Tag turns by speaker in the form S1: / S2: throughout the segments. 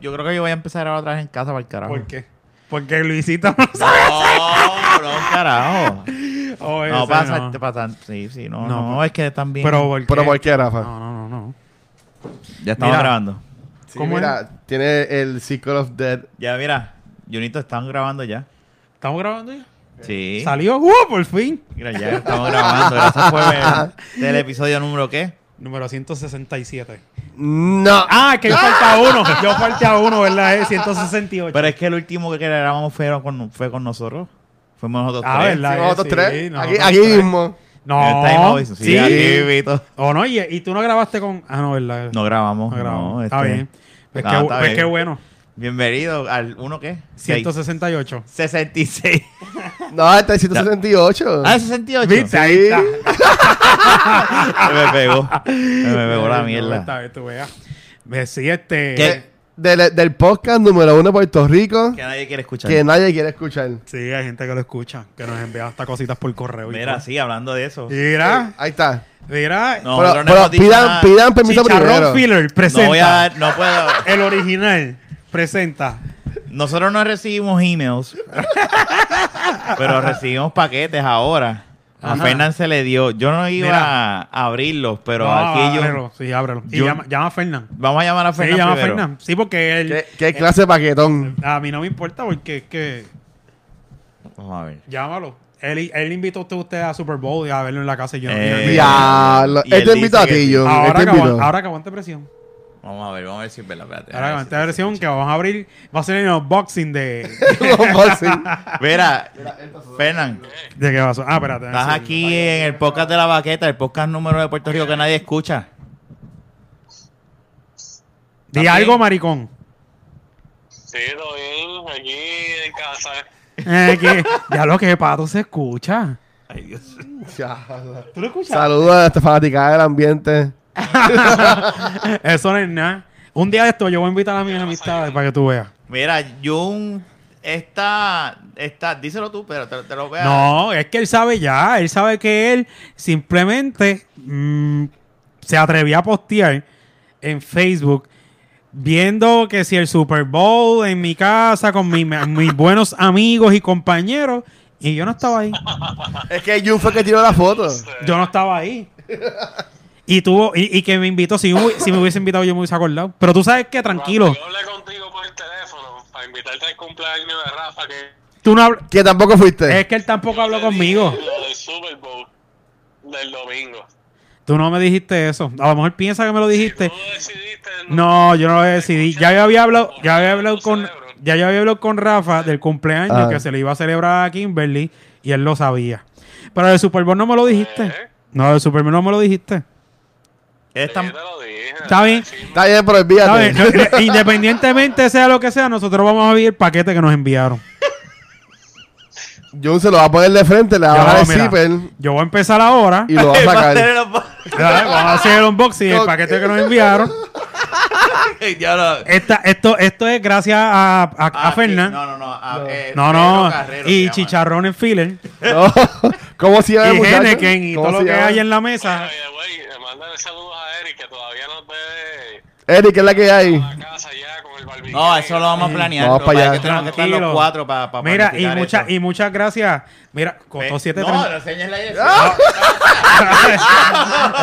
S1: yo creo que yo voy a empezar a grabar otra vez en casa para el carajo.
S2: ¿Por qué? Porque Luisito no sabe.
S1: No, no, carajo.
S2: Oh,
S1: No,
S2: ese
S1: pasa,
S2: no.
S1: te pasa. Sí, sí, no,
S2: No,
S1: no,
S2: pues-
S1: es que también.
S2: Pero ¿por qué?
S3: Pero ¿por qué, Rafa?
S2: No, no, no, no.
S1: ya estamos
S2: mira.
S1: grabando.
S3: Sí,
S2: ¿Cómo
S3: mira, tiene el Secret of Death.
S1: Ya, mira, Junito, estamos grabando ya.
S2: ¿Estamos grabando ya?
S1: Sí.
S2: Salió, ¡uh! Por fin.
S1: Mira, ya estamos grabando. Gracias por el, del episodio número qué.
S2: Número 167.
S3: No.
S2: Ah, que yo falta uno. Yo falté a uno, ¿verdad? Eh, 168.
S1: Pero es que el último que grabamos fue con, fue con nosotros. Fuimos nosotros
S2: Ah,
S1: tres.
S2: ¿verdad?
S3: Sí, nosotros
S2: sí,
S3: tres.
S2: nosotros
S3: aquí aquí
S2: tres.
S3: mismo.
S1: En el time
S2: no.
S1: out,
S2: Sí.
S1: sí, aquí vivito.
S2: O no, y, y tú no grabaste con. Ah, no, ¿verdad?
S1: No grabamos.
S2: No grabamos.
S1: no,
S2: está
S1: este-
S2: bien. Pues,
S1: No,
S2: qué,
S1: está
S2: pues
S1: bien.
S2: qué bueno.
S1: Bienvenido al uno qué? Seis.
S2: 168.
S1: 66.
S3: No, está el 168.
S1: Ah, 68.
S2: ¿Viste? Ahí
S3: Sí.
S2: está.
S1: Se me pegó. Se me pegó la
S2: No,
S1: mierda.
S2: esta vez tú veas. Ve, Sí, este.
S1: ¿Qué?
S3: Del, del podcast número uno de Puerto Rico
S1: Que nadie quiere escuchar.
S3: que nadie quiere escuchar.
S2: Sí, hay gente que lo escucha, que nos envía hasta cositas por correo. y
S1: Mira,
S2: todo.
S1: sí, hablando de eso.
S2: Mira,
S3: Ahí está.
S2: mira.
S1: No,
S3: pero
S1: pero no
S3: pero
S1: hemos dicho
S3: pidan,
S1: nada.
S3: pidan permiso
S2: Chicharrón
S3: primero.
S2: Filler presenta.
S1: No voy a dar, no puedo.
S2: El original presenta.
S1: Nosotros no recibimos emails, pero recibimos paquetes ahora. A
S2: Ajá.
S1: Fernan se le dio. Yo no iba
S2: Mira.
S1: a abrirlos, pero
S2: No,
S1: aquí yo.
S2: ábrelo, Sí, ábrelo. Y
S1: yo-
S2: llama, llama a Fernán.
S1: Vamos a llamar a
S2: Sí,
S1: Fernan.
S2: llama a
S1: primero.
S2: Fernán. Sí, porque él.
S3: ¿Qué, qué clase de paquetón?
S2: A mí no me importa porque es que.
S1: Vamos a ver.
S2: Llámalo. Él, él invitó a usted- usted a Super Bowl y a verlo en la casa y yo no-
S1: Eh,
S2: yo no-
S3: Diablo.
S1: y él
S3: Él te invitó
S1: dice
S3: a
S1: que-
S3: ti, John. Él
S2: Ahora
S3: te
S2: que, aguan-
S3: este invitó.
S2: ahora que aguante presión.
S1: Vamos a ver, vamos a ver si es verdad. espérate,
S2: Ahora que
S1: a ver si-
S2: aguante presión que vamos a abrir. Va a ser el unboxing de.
S3: Vamos, sí.
S1: Mira, Fernan,
S2: ¿De qué pasó? Ah, espérate.
S1: estás
S2: sí.
S1: aquí en el podcast de la baqueta, el podcast número de Puerto Rico que nadie escucha.
S2: Di
S1: También.
S2: algo, maricón.
S4: Sí, todo bien, aquí en casa.
S2: Eh, que- ya lo que pato se escucha.
S1: Ay, Dios.
S3: Diablo.
S2: ¿Tú lo escuchas?
S3: Saludos a esta fanaticada del ambiente.
S2: Eso no es nada. Un día de esto yo voy a invitar a mis amistades para que tú veas.
S1: Mira, Jun, esta, esta, díselo tú, pero te, te lo voy a
S2: No, es que él sabe ya. Él sabe que él simplemente mm, se atrevía a postear en Facebook viendo que si el Super Bowl en mi casa con mi- mis buenos amigos y compañeros y yo no estaba ahí.
S1: Ah.
S3: Es que Jun fue el que tiró la foto.
S2: Yo no estaba ahí. Y tuvo, y, y que me invitó, si, hu- si me hubiese invitado yo me hubiese acordado. Pero tú sabes que, tranquilo,
S4: Cuando Yo hablé contigo por el teléfono para invitarte al cumpleaños de Rafa que
S2: tú no habl-
S3: Que tampoco fuiste.
S2: es que él tampoco habló conmigo.
S4: Lo del Super Bowl del domingo.
S2: Tú no me dijiste eso. A lo mejor piensa que me lo dijiste.
S4: Tú decidiste
S2: No, yo no lo decidí. Ya yo había hablado, ya había hablado con, ya yo había hablado con Rafa del cumpleaños
S3: Ah.
S2: que se le iba a celebrar a Kimberly y él lo sabía. Pero del Super Bowl no me lo dijiste.
S4: Eh.
S2: No, del Super Bowl no me lo dijiste.
S1: Esta,
S4: Sí, te lo dije.
S2: Está bien.
S3: Está bien, pero
S2: Está bien,
S3: olvídate.
S2: no, no, Independientemente sea lo que sea, nosotros vamos a ver el paquete que nos enviaron.
S3: Jun se lo va a poner de frente, le va a
S2: Yo,
S3: bajar el
S2: mira,
S3: zipper
S2: yo voy a empezar ahora.
S3: pues. y lo va a
S1: Va a
S3: sacar.
S1: tener los-
S2: Dale, Vamos a hacer el unboxing, el
S3: Con-
S2: paquete que nos enviaron.
S1: Ya lo-
S2: Esta, esto, esto es gracias a, a, a
S1: Ah,
S2: Fernan.
S1: que- No, no, no. a- eh,
S2: No,
S1: Pedro
S2: no.
S1: Carrero se
S2: Y
S1: llama.
S2: chicharrón en filler.
S3: No. ¿Cómo se
S2: Y
S3: llama el muchacho?
S2: Henneken y
S3: ¿Cómo
S2: todo lo
S3: se
S2: que
S3: llama?
S2: hay en la mesa.
S4: Güey, mándale saludos a Eric que todavía no te
S3: Eric, ¿qué es la que hay?
S4: a la casa ya con el barbecue.
S1: No, eso lo vamos a planear.
S3: Vamos
S1: pero
S3: para
S1: para
S3: allá.
S1: que tenemos que estar los
S2: Tranquilo.
S1: cuatro para para
S2: Mira, y,
S1: planificar
S2: mucha,
S1: eso.
S2: y muchas gracias. Mira, costó
S1: Ve-
S2: 7
S1: No, no enseñes la dirección.
S2: Ah,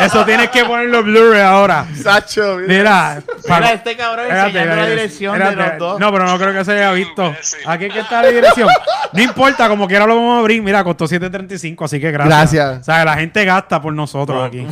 S2: Eso tienes que ponerlo Blu-ray ahora.
S3: Sacho,
S2: Mira,
S1: Mira
S2: para-
S1: este cabrón
S2: Espérate,
S1: enseñando la
S2: espérate,
S1: dirección de
S2: espérate.
S1: los dos.
S2: No, pero no creo que se haya visto.
S4: Imbécil.
S2: Aquí es que está la dirección. No importa, como quiera lo vamos a abrir. Mira, costó 7.35, así que gracias.
S3: Gracias.
S2: O sea, la gente gasta por nosotros
S1: No.
S2: aquí.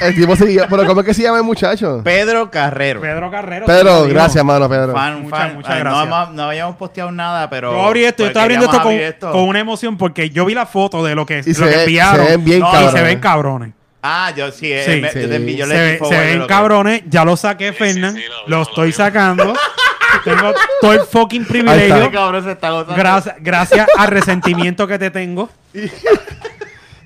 S3: El tipo se llama- ¿Pero cómo es que se llama el muchacho?
S1: Pedro Carrero.
S2: Pedro Carrero. te lo
S3: Pedro,
S2: digo.
S3: gracias, mano, Pedro.
S1: Fan,
S2: Muchas,
S1: fan.
S2: muchas
S1: Ay, no,
S2: gracias.
S1: ma- No, habíamos posteado nada, pero.
S2: Yo abrí esto, yo
S1: pues
S2: estoy abriendo esto
S1: queríamos
S2: con,
S1: abrir esto.
S2: con una emoción porque yo vi la foto de lo que, lo
S3: Y se,
S2: que
S3: ve-
S2: enviaron.
S3: se ven bien,
S1: No, y
S3: cabrón.
S2: Y se ven cabrones.
S1: Ah, yo sí. eh,
S2: Sí.
S1: me- Yo
S3: Sí.
S1: te envío
S2: Se,
S1: yo le
S2: ve-
S1: di
S2: se
S1: forward de
S2: ven
S1: lo que-
S2: cabrones. Ya lo saqué,
S4: Sí, sí, sí,
S2: Fernan.
S4: lo vi,
S2: lo
S4: lo
S2: estoy
S4: vi.
S2: sacando. Tengo todo el fucking
S3: Ahí
S2: privilegio.
S1: Este cabrón se está gozando.
S2: Gracias, gracias al resentimiento que te tengo.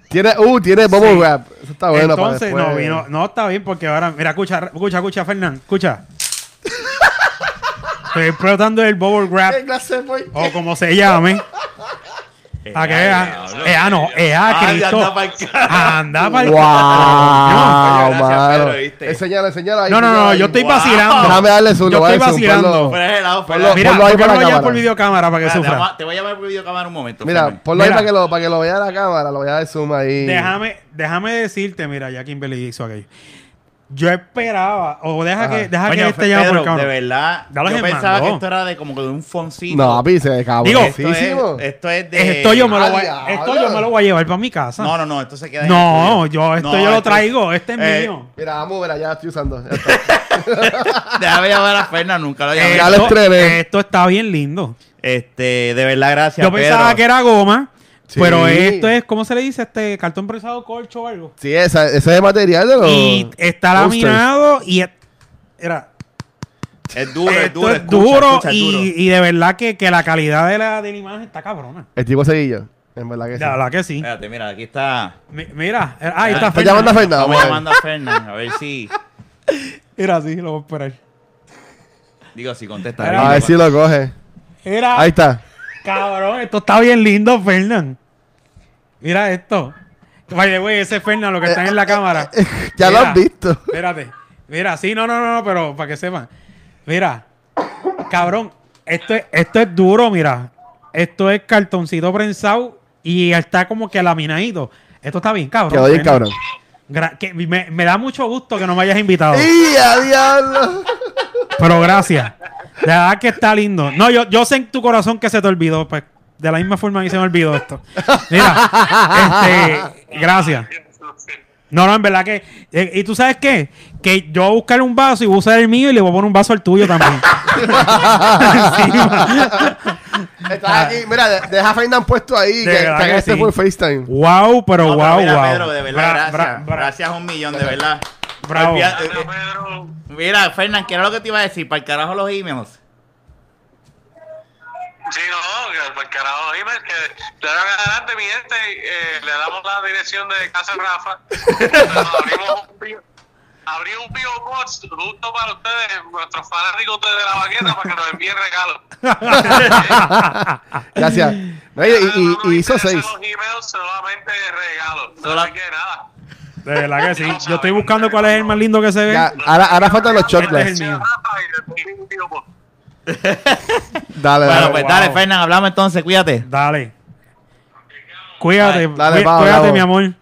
S3: Tiene, uh, tiene bubble
S2: Sí.
S3: wrap. Eso está bueno para
S2: Entonces, no,
S3: después.
S2: vino- no está bien porque ahora, mira, escucha, escucha, escucha, Fernán, escucha. Estoy explotando el bubble wrap
S3: ¿Qué clase fue?
S2: o como se llame. A que vea.
S1: diablo.
S2: Eh, ah, no, eh, ah,
S1: Ah, ya
S2: Cristo.
S1: anda pa'l carajo.
S2: Anda pa'l
S3: ¡Wow,
S1: Gracias,
S3: mano!
S1: Pedro, ¿viste?
S3: Enseñala, enseñala ahí.
S2: No, no, no, yo estoy
S1: Wow.
S2: vacilando.
S3: Déjame darle zoom,
S2: Yo
S3: lo voy a
S2: estoy
S3: decir, ponlo.
S2: vacilando.
S1: Fuera de lado, fuera de
S3: Ponlo-
S1: lado.
S2: Mira,
S3: Ponlo
S2: ¿por
S3: ahí
S2: qué
S3: para
S2: no lo
S3: la
S2: llevas
S3: cámara.
S2: por videocámara para que
S1: Espera, te vamos
S2: sufra? Pues
S1: a- Te voy a llamar por videocámara un momento.
S3: Mira,
S1: Fernan.
S3: ponlo ahí
S2: Mira.
S3: para que, lo, para que lo vea la cámara, lo voy a dar zoom ahí.
S2: Déjame, déjame decirte, mira, ya Kimberly hizo aquello. Yo esperaba, o deja
S3: Ajá.
S2: que, deja
S1: Coño,
S2: que este llame por
S1: Pedro,
S2: cámara.
S1: de verdad,
S2: Ya los
S1: yo
S2: hermanos.
S1: pensaba que esto era de como que de un foncito.
S3: No, pise, cabrón.
S2: Digo,
S1: esto, es, esto es de...
S2: Esto yo me lo
S3: Ah,
S2: voy,
S3: diablo.
S2: esto yo me lo voy a llevar para mi casa.
S1: No, no, no, esto se queda en
S2: No,
S1: el tuyo.
S2: yo esto
S1: No,
S2: yo lo
S1: esto es-
S2: traigo, este es
S1: eh,
S2: mío.
S3: Mira, vamos, mira, ya estoy usando. ya está.
S1: Déjame llamar a Fernan, nunca lo llamé.
S3: ya lo estrené.
S2: esto está bien lindo.
S1: Este, de verdad, gracias,
S2: Yo pensaba
S1: Pedro.
S2: que era goma,
S3: Sí.
S2: pero esto es, ¿cómo se le dice? Este cartón prensado corcho o algo.
S3: Sí, esa, ese es el material de los.
S2: Y está
S3: posters.
S2: laminado y es- era
S1: Es duro, es
S2: esto
S1: duro.
S2: es
S1: escucha,
S2: duro,
S1: escucha, es
S2: y,
S1: duro.
S2: y de verdad que, que la calidad de la, de la imagen está cabrona.
S3: El tipo seguillo. En verdad que sí.
S2: De verdad que sí.
S1: Espérate, mira, aquí está.
S2: Mi- mira, eh, ahí
S1: Está
S2: está
S3: Está
S2: Fernan.
S3: llamando a Fernando.
S1: Estamos
S3: vamos a ver.
S1: llamando a Fernan, a ver si...
S2: Mira, sí, lo voy a esperar.
S1: Digo, si contesta.
S2: Era-
S1: bien,
S3: A ver si lo coge.
S2: Era,
S3: Ahí está.
S2: cabrón, esto está bien lindo, Fernan. Mira esto. Vaya, güey, ese es Fernan, lo que están en la cámara.
S3: Eh, Ya lo
S2: Mira,
S3: has visto.
S2: Espérate. Mira, sí, no, no, no, no, pero para que sepan. Mira, cabrón, esto es, esto es duro, mira. Esto es cartoncito prensado y está como que laminadito. Esto está bien, cabrón.
S3: Quedó bien,
S2: Fernan.
S3: cabrón.
S2: Gra- que me, me da mucho gusto que no me hayas invitado.
S3: ¡Y a diablo!
S2: Pero gracias. De verdad que está lindo. No, yo, yo sé en tu corazón que se te olvidó. Pues de la misma forma que se me olvidó esto. Mira, este, gracias. No, no, en verdad que. eh, y tú sabes qué? Que yo voy a buscar un vaso y voy a usar el mío y le voy a poner un vaso al tuyo también. Encima.
S3: Estás aquí. Mira, de- deja a Fernán puesto ahí.
S2: De
S3: Que
S2: verdad
S3: está en
S2: que
S3: este
S2: sí.
S3: por FaceTime.
S2: wow, pero
S1: No, pero
S2: wow,
S1: mira,
S2: wow.
S1: Pedro, de verdad,
S2: Bra-
S1: gracias.
S2: bra- bra-
S1: gracias un millón, de verdad.
S2: Bravo.
S1: Olvida- eh,
S4: Anda,
S1: eh,
S4: Pedro.
S1: Mira, Fernán, ¿qué era lo que te iba a decir? Para el carajo los emails.
S4: Sí, no, que para el carajo, dime que de ahora en adelante, mi gente, eh, le damos la dirección de Casa Rafa. Nos abrimos un bio- abrí un bio box justo para ustedes, nuestros fanáticos de la baqueta, para que nos envíen regalos.
S3: Gracias. No, y, y- y-
S4: No nos
S3: y hizo
S4: interesan
S3: seis.
S4: Los emails solamente regalos.
S1: Sola-
S4: Así que nada.
S2: De verdad que sí. Yo estoy buscando cuál es el más lindo que se ve.
S3: Ya, ahora, ahora faltan los shot
S2: Este es el
S3: glass.
S2: mío.
S4: Rafa y después un bio box.
S3: Dale,
S1: Bueno,
S3: dale.
S1: pues
S2: wow.
S1: dale, Fernán, hablamos entonces, cuídate.
S2: Dale. Cuídate,
S3: Dale, dale,
S2: cuí-
S3: Pablo,
S2: cuídate,
S3: vamos.
S2: mi amor.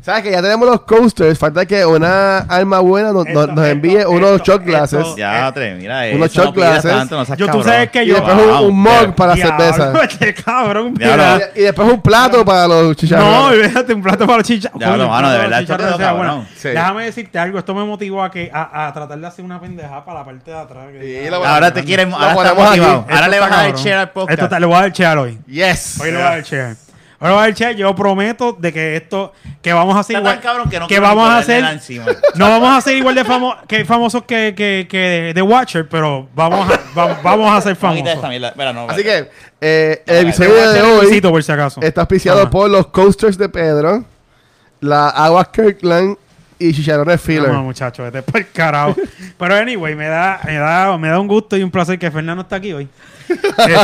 S3: ¿Sabes que ya tenemos los coasters? Falta que una alma buena nos,
S2: Esto,
S3: nos- nos envíe
S2: esto,
S3: unos
S2: esto,
S3: shot glasses.
S2: esto.
S1: Ya, tres, mira Eh, eso.
S3: Unos
S1: no pidas
S3: chocolates.
S1: tanto, no seas
S2: Yo, tú
S1: cabrón.
S2: sabes que
S3: Y
S2: yo-
S3: después
S1: Wow,
S3: un, un mug
S1: pero-
S3: para la
S2: Diablo,
S3: cerveza.
S2: este cabrón.
S1: Diablo.
S2: mira.
S3: Y después un plato para los
S2: No,
S3: chicharrones.
S2: déjate un plato para los chicharrones.
S1: Ya, lo, mano, de
S2: Coño, el
S1: verdad,
S2: plato
S1: esto
S2: para los chicharrones
S1: quedó
S2: sea
S1: cabrón.
S2: bueno.
S3: Sí.
S2: Déjame decirte algo. Esto me motivó a, que, a, a tratar de hacer una pendeja para la parte de atrás. que-
S3: Sí,
S2: Ah,
S3: lo-
S1: Ahora te quieren, ahora está
S3: ponemos aquí.
S1: motivado.
S2: esto
S1: Ahora le
S2: está
S1: vas a dar
S2: cabrón.
S1: share al podcast.
S2: Esto está- le voy a dar share hoy.
S3: Yes.
S2: Hoy le voy a dar share. Hoy le voy a dar share. Yo prometo de que esto, que vamos a hacer
S1: Está
S2: igual.
S1: tan cabrón que no
S2: que
S1: quiero ni
S2: vamos a
S1: ponerle
S2: hacer.
S1: nada encima.
S2: No vamos a ser igual de famosos que famosos que, que, que The Watcher, pero vamos a, va- vamos a ser
S1: Mamita
S2: famosos.
S1: esta mierda. Espera, no,
S3: Así
S1: espera.
S3: que eh, el
S1: Dale,
S3: episodio de hoy
S2: Felicito por si acaso.
S3: está auspiciado
S2: Ajá.
S3: por los coasters de Pedro, la agua Kirkland y chicharrones Filler.
S2: No, muchachos, vete por el carajo. Pero anyway, me da, me da, me da un gusto y un placer que Fernando está aquí hoy. Este,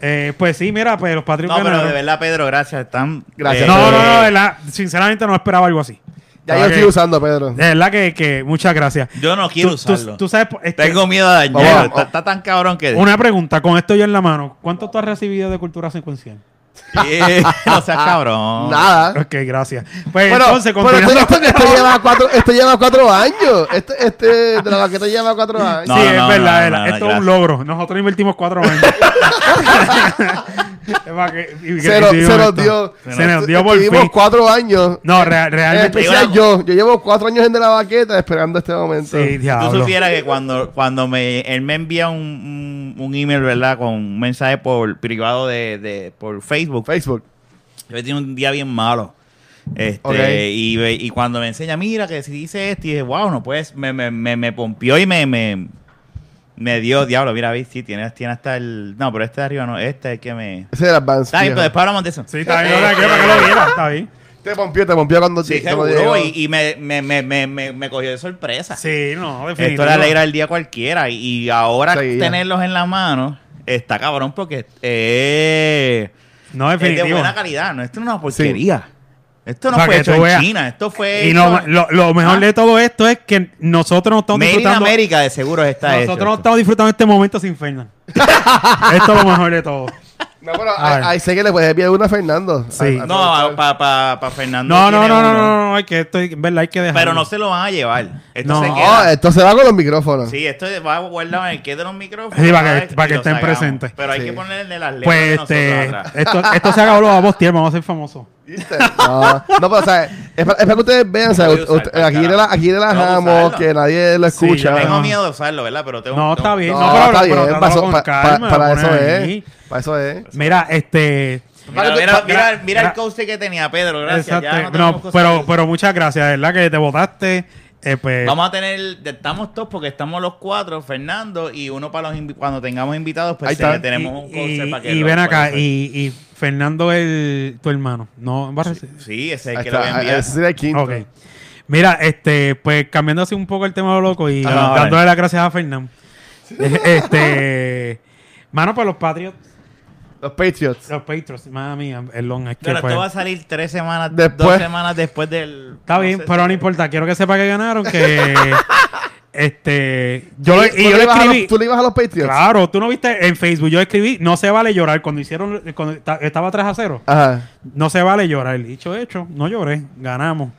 S2: eh, pues sí, mira, pues los Patriots
S1: No, pero
S2: ganaron.
S1: de verdad, Pedro, gracias. Están. eh,
S3: Gracias,
S2: No,
S3: Pedro.
S2: no, no, de verdad, sinceramente no esperaba algo así.
S3: ya
S2: De
S3: yo
S2: verdad
S3: estoy
S2: que-
S3: usando, Pedro.
S2: De verdad que, que muchas gracias.
S1: Yo no quiero
S2: Tú- tú-
S1: usarlo.
S2: Tú, sabes, este,
S1: Tengo miedo a dañarlo.
S3: Vamos,
S1: está, está tan cabrón que.
S2: una pregunta con esto yo en la mano. ¿Cuánto tú has recibido de cultura secuencial?
S1: Eh, no seas cabrón.
S3: Nada.
S2: Ok, gracias. Pues
S3: ¿Ah? Bueno,
S2: entonces,
S3: pero
S2: continuando-
S3: esto, esto- esto lleva cuatro, esto lleva cuatro años. Este, este de la baqueta lleva cuatro años.
S1: No,
S2: sí,
S1: no,
S2: es
S1: no, no,
S2: verdad, es verdad.
S1: no, no,
S2: Esto es
S1: gracias.
S2: un logro. Nosotros invertimos cuatro años. Es para que- y-
S3: se, nos-
S2: que-
S3: se nos
S2: esto.
S3: dio.
S2: Se nos dio por
S3: Estuvimos
S2: fin.
S3: cuatro años.
S2: No, rea-
S3: En
S2: realmente.
S3: especial yo. Yo llevo cuatro años en de la baqueta esperando este momento.
S2: Sí,
S1: Tú
S2: diablo.
S1: supieras que cuando, cuando me, él me envía un, un, un email, ¿verdad? Con un mensaje por privado de, de- por Facebook.
S3: Facebook.
S1: Yo he tenido un día bien malo. Este,
S3: Ok.
S1: y, ve- y cuando me enseña, mira que si dice esto, y dije, wow, no puedes, me, me, me, me pompió y me, me, me dio, diablo, mira, viste, sí, tiene, tiene hasta el, no, pero este de arriba no, este es el que me...
S3: Ese es el advance.
S1: Está bien,
S3: viejo.
S1: pero después hablamos de eso.
S2: Sí, está bien. no te creo, para que lo viera, Está bien.
S3: Te pompió, te pompió cuando
S1: Sí,
S3: te- cuando
S1: seguro,
S3: llegó.
S1: y, y me, me, me, me, me, me cogió de sorpresa.
S2: Sí, no, definitivamente.
S1: Esto le alegra el día a cualquiera. Y y ahora
S3: Sí, ya.
S1: tenerlos en la mano está cabrón porque eh,
S2: No,
S1: es de
S2: definitivo.
S1: buena calidad. No, esto no es una porquería. Esto no
S2: Para
S1: fue
S2: que
S1: hecho
S2: tú
S1: en
S2: veas.
S1: China. Esto fue.
S2: Y
S1: hecho
S2: no-
S1: en-
S2: lo, lo mejor
S1: Ah.
S2: de todo esto es que nosotros no estamos
S1: Made in
S2: disfrutando.
S1: America de seguro está
S2: Nosotros
S1: hecho.
S2: no estamos disfrutando este momento sin Fernan. esto es lo mejor de todo.
S3: No, pero
S2: A ver.
S3: ahí sé que le puedes enviar una a Fernando.
S2: Sí.
S3: A- a-
S1: No, para pa, pa Fernando.
S2: No, no,
S1: tiene
S2: no, no,
S1: uno.
S2: no, no, hay que, esto, hay que- verdad, hay que dejarlo.
S1: Pero no se lo van a llevar. Esto
S2: No. eh,
S1: se
S3: Oh,
S1: queda.
S3: esto se va con los micrófonos.
S1: Sí, esto va guardado en el que de los micrófonos.
S2: Sí, para que-
S1: ¿sabes?
S2: para que
S1: Y lo
S2: estén
S1: sacamos.
S2: presentes.
S1: Pero hay
S3: Sí.
S1: que ponerle las letras de
S2: Pues
S1: nosotros
S2: este,
S1: atrás.
S2: esto, esto se acabó los ambos tiempos, vamos a ser famosos.
S3: ¿Viste? No, no, pero o sea, es para, es para que ustedes vean, o sea,
S1: Voy a usar,
S3: usted-
S1: para
S3: aquí, de la, aquí
S1: Vamos a
S3: relajamos,
S1: usarlo.
S3: que nadie lo
S2: Sí,
S3: escucha.
S2: yo
S1: Tengo
S2: no.
S1: miedo de usarlo, ¿verdad? Pero tengo.
S2: ah. No, está
S1: tengo-
S2: bien.
S3: no,
S2: No, pero-
S3: está
S2: pero
S3: bien,
S2: trátalo
S3: pasó-
S2: con
S3: pa- pa-
S2: calma,
S3: para
S2: lo
S3: eso
S2: pones
S3: es.
S2: ahí.
S3: Para eso es.
S2: Mira, este...
S1: Mira,
S3: Para que-
S1: mira,
S3: para-
S1: mira, mira el
S2: mira.
S1: coste que tenía Pedro, gracias. ya
S2: exacto.
S1: no tenemos
S2: No,
S1: cosas
S2: pero, pues,
S1: que-
S2: pero muchas gracias, ¿verdad? Que te votaste. pues,
S1: Vamos a tener, estamos todos porque estamos los cuatro, Fernando y uno para los invi- cuando tengamos invitados, pues
S3: Ahí
S1: sí,
S3: está.
S1: tenemos
S2: y,
S1: un coste
S2: y-
S1: para que
S2: y
S1: lo
S2: ven acá,
S1: puedan
S2: y, y Fernando, el, tu hermano. No, vas a-
S1: hacer. sí, ese es
S3: Ahí
S1: el que lo voy a
S3: está,
S1: enviar.
S3: ese sería el quinto.
S2: Ok. Mira, este, pues cambiando así un poco el tema de lo loco y
S1: Ajá, Ah, vale.
S2: dándole las gracias a Fernando. este, mano, pues los Patriots,
S3: Los Patriots.
S2: los Patriots, madre mía, el long es que
S1: Pero
S2: fue-
S1: esto va a salir tres semanas, dos
S3: Después.
S1: semanas después del.
S2: Está bien,
S1: sé
S2: pero
S1: si-
S2: no importa, quiero que sepa que ganaron, que este, yo lo,
S3: ¿Tú
S2: y yo
S3: le
S2: lo
S3: ibas a los-
S2: escribí.
S3: ¿Tú le ibas a los Patriots?
S2: Claro, tú no viste en Facebook, yo escribí, no se vale llorar cuando hicieron cuando esta- estaba 3 a 0.
S3: Ajá.
S2: No se vale llorar. Dicho hecho, no lloré. Ganamos.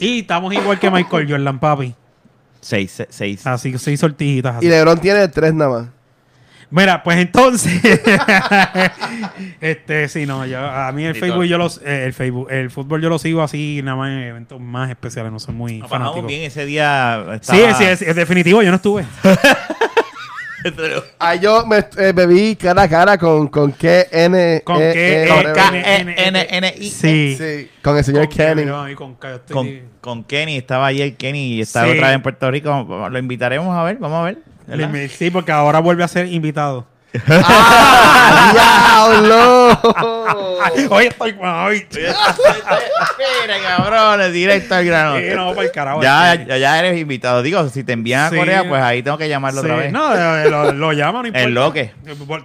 S2: Y estamos igual que Michael Jordan, papi.
S1: Seis, se- seis.
S2: Así que seis sortijitas. así.
S3: Y LeBron tiene tres nada más.
S2: Mira, pues entonces. este, sí, no. yo- a mí el
S1: Y
S2: Facebook,
S1: todo.
S2: yo los. eh, el Facebook, el fútbol yo lo sigo así, nada más en eventos más especiales. No soy muy
S1: Nos
S2: fanático.
S1: bajamos bien ese día.
S2: Sí,
S1: estaba-
S2: sí, es, es definitivo, yo no estuve.
S3: Ah, yo me eh, bebí cara a cara con, con KN.
S2: Con
S3: eh,
S2: qué
S3: eh,
S1: Con
S3: whatever.
S1: K- K-N-N-I.
S2: Sí.
S3: Sí, con el señor
S2: Con K,
S3: Kenny.
S2: no, y con K, yo estoy-
S1: con, con Kenny, estaba ayer Kenny y estaba
S2: Sí.
S1: otra vez en Puerto Rico. Lo invitaremos a ver, vamos a ver. ¿verdad?
S2: Sí, porque ahora vuelve a ser invitado.
S3: ¡Ah,
S2: Oh.
S3: ¡Diablo!
S2: Hoy estoy. Ay,
S1: Mira, cabrones, directo al grano.
S2: sí, no, para el carajo.
S1: Ya,
S2: Este.
S1: ya, ya eres invitado. Digo, si te envían a
S2: Sí.
S1: Corea, pues ahí tengo que llamarlo otra
S2: Sí,
S1: vez.
S2: No, eh, lo, lo llama, no importa.
S1: El loque.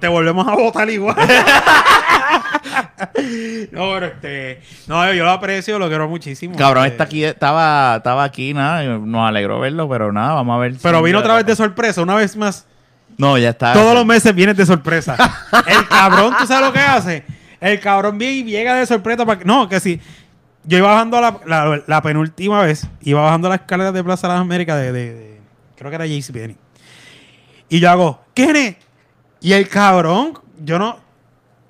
S2: Te volvemos a votar igual. no, pero este. No, yo lo aprecio, lo quiero muchísimo.
S1: Cabrón,
S2: Este,
S1: está aquí, estaba, estaba aquí, nada. Nos alegró verlo, pero nada, vamos a ver.
S2: Pero
S1: si-
S2: vino otra vez de sorpresa, una vez más.
S1: No, ya está.
S2: Todos los meses vienes de sorpresa. El cabrón, ¿tú sabes lo que hace? El cabrón viene y llega de sorpresa para que. No, que si. Yo iba bajando la, la- la penúltima vez, iba bajando las escaleras de Plaza de las Américas de, de- de- Creo que era JC Penny. Y yo hago, ¿quién es? Y el cabrón, yo no.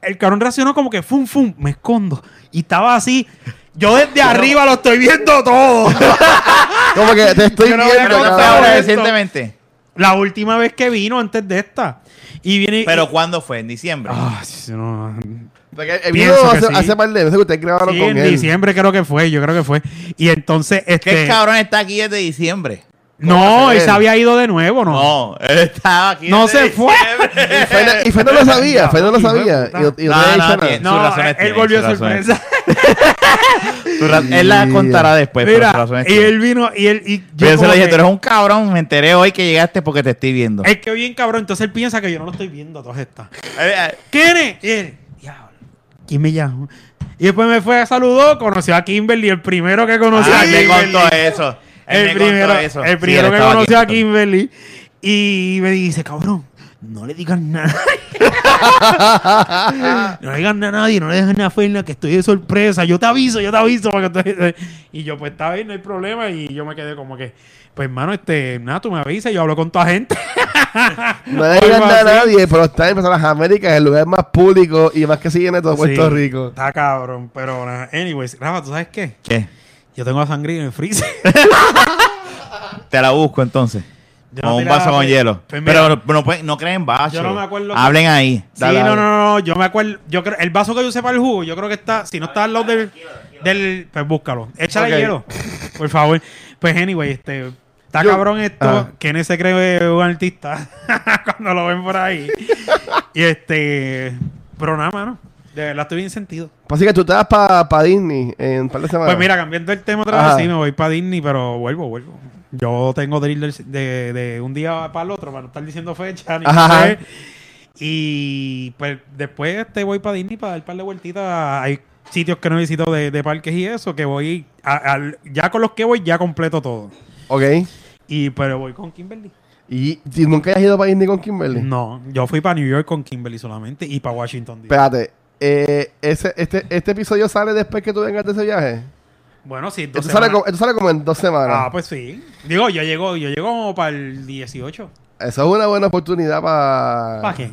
S2: El cabrón reaccionó como que fum, fum, me escondo. Y estaba así. Yo desde arriba lo estoy viendo todo.
S3: Como que te estoy
S2: Yo no voy a
S1: Pero
S3: viendo,
S1: no
S2: contar
S1: fue
S3: cabrón.
S1: ahora
S2: esto.
S1: recientemente.
S2: la última vez que vino antes de esta. Y viene. y-
S1: Pero ¿cuándo fue? ¿En diciembre?
S2: Ah, sí, no,
S3: Porque el
S2: Pienso
S3: video
S2: que
S3: hace,
S2: sí.
S3: hace par de veces que ustedes grabaron
S2: Sí,
S3: con
S2: en
S3: él.
S2: diciembre creo que fue, yo creo que fue. Y entonces,
S1: ¿Qué
S2: este.
S1: cabrón está aquí desde diciembre?
S3: ¿Cómo
S2: no,
S3: se
S2: él
S3: ve?
S2: se había ido de nuevo, ¿no?
S1: No, él estaba aquí.
S2: No
S1: desde
S2: se fue.
S1: diciembre.
S3: Y Fernando y Fernando lo sabía, Fernando lo
S2: Hijo de
S3: sabía.
S2: puta.
S3: Y, y ustedes
S1: No, no,
S3: dijeron,
S1: tiene-
S2: No,
S1: Sus razones
S2: él
S1: tienen,
S2: volvió
S1: sus
S2: de
S1: razones.
S2: sorpresa.
S1: Su ra- él la contará después. pero sus
S2: Mira,
S1: razones
S2: y
S1: tiene.
S2: él vino y él. Y yo
S1: Pero yo se
S2: como
S1: lo dije,
S2: que-
S1: tú eres un cabrón, me enteré hoy que llegaste porque te estoy viendo.
S2: Es que bien cabrón, entonces él piensa que yo no lo estoy viendo todas estas.
S1: Eh, eh,
S2: ¿Quién es? Y él, diablo, ¿quién me llama? Y después me fue, saludó, conoció a Kimberly, el primero que conoció
S1: ah,
S2: a
S1: él me
S2: Kimberly.
S1: contó eso. Él
S2: El
S1: me contó
S2: primero,
S1: eso.
S2: el
S1: Sí,
S2: primero
S1: él
S2: que
S1: estaba
S2: conoció a
S1: aquí.
S2: Kimberly. Y me dice, cabrón, no le digas nada. no le digas nada a nadie, no le dejes nada a Fernan, que estoy de sorpresa. Yo te aviso, yo te aviso. para que tú- Y yo, pues está bien, no hay problema. Y yo me quedé como que, pues hermano, este, nada, tú me avisas, yo hablo con tu gente.
S3: No le digan
S2: Algo
S3: nada a
S2: así.
S3: nadie, pero está en las Américas, el lugar más público y más que siguen en todo Puerto
S2: Sí,
S3: Rico.
S2: Está cabrón, pero nada. Anyways, Rafa, ¿tú sabes qué?
S1: ¿Qué?
S2: Yo tengo la sangre en el freezer.
S1: Te la busco entonces.
S2: Yo
S1: Con
S2: no
S1: un
S2: te la-
S1: vaso con hielo.
S2: Pues mira,
S1: Pero no, pueden- no creen vaso.
S2: Yo no me acuerdo-
S1: Hablen ahí.
S2: Sí,
S1: Dale,
S2: no, no,
S1: dale.
S2: no, yo me acuerdo, yo creo, el vaso que yo usé para el jugo, yo creo que está, si no está al lado del, del pues búscalo, échale
S3: Ok.
S2: hielo, por favor. Pues anyway, este, está
S3: Yo-
S2: cabrón esto,
S3: Ajá.
S2: que en se cree un artista cuando lo ven por ahí. y este, pero nada, mano, de verdad estoy bien sentido.
S3: Pues Así que tú te vas para Disney en un par de semanas.
S2: Pues mira, cambiando el tema otra
S3: Ajá.
S2: vez, sí, me voy para Disney, pero vuelvo, vuelvo. Yo tengo drill del- de, de un día para el otro, para no estar diciendo fecha. Ni
S3: Ajá.
S2: qué. Y pues después te voy para Disney para dar un par de vueltitas. Hay sitios que no he visitado de, de parques y eso, que voy a- al- ya con los que voy ya completo todo.
S3: Ok.
S2: Y pero voy con Kimberly.
S3: Y si nunca has ido para Disney con Kimberly.
S2: No, yo fui para New York con Kimberly solamente y para Washington D.C.
S3: Espérate. eh, ese, este, este episodio sale después que tú vengas de ese viaje.
S2: Bueno, sí, dos
S3: Esto sale, eh,
S2: semanas.
S3: como, esto sale como en dos semanas.
S2: Ah, pues sí. Digo, yo llego, yo llego como para el 18.
S3: Eso es una buena oportunidad para.
S2: ¿Para qué?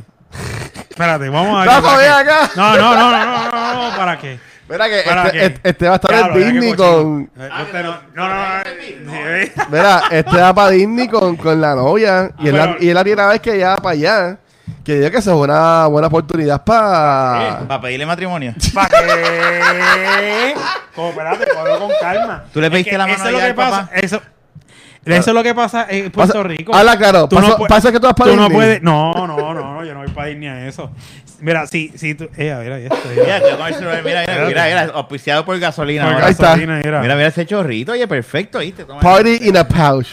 S2: Espérate, vamos a ver.
S3: ¡Rafa,
S2: ¿para
S3: ven
S2: qué?
S3: acá!
S2: No, no, no, no, no, no, no, ¿para qué?
S3: Mira que
S2: ¿Para
S3: este,
S2: qué?
S3: este- este va a estar
S2: Diablo,
S3: en
S2: mira qué
S3: Disney
S2: cochino.
S3: con.
S2: Eh, usted no, no, no, eh, no, no, sí,
S3: Mira, este va para Disney con, con la novia. Y,
S2: Ah,
S3: es la,
S2: pero-
S3: y es la primera vez que ya para allá. Que digo que eso es una buena oportunidad para.
S1: Para pedirle matrimonio.
S2: ¿Para qué? Como, espérate, cógelo con calma.
S1: Tú le
S2: Es
S1: pediste
S2: que
S1: la mano
S2: Eso es lo
S1: ya
S2: que
S1: al
S2: pasa.
S1: papá.
S2: Eso, eso es lo que pasa en Puerto Rico.
S3: Habla claro.
S2: Tú no
S3: Pasa,
S2: puedes-
S3: pasa que tú vas para
S2: Tú
S3: Disney.
S2: no puedes. No, no, no, no, yo no voy para Disney a eso. Mira, sí, sí, tú. Eh, a ver, ahí estoy.
S1: Mira, estoy con el celular, mira, mira, mira, mira, auspiciado por gasolina.
S2: Con
S1: ahora.
S3: Ahí está.
S2: gasolina, mira.
S1: Mira, mira ese chorrito, oye, perfecto, ¿viste? Toma.
S3: Party in a pouch.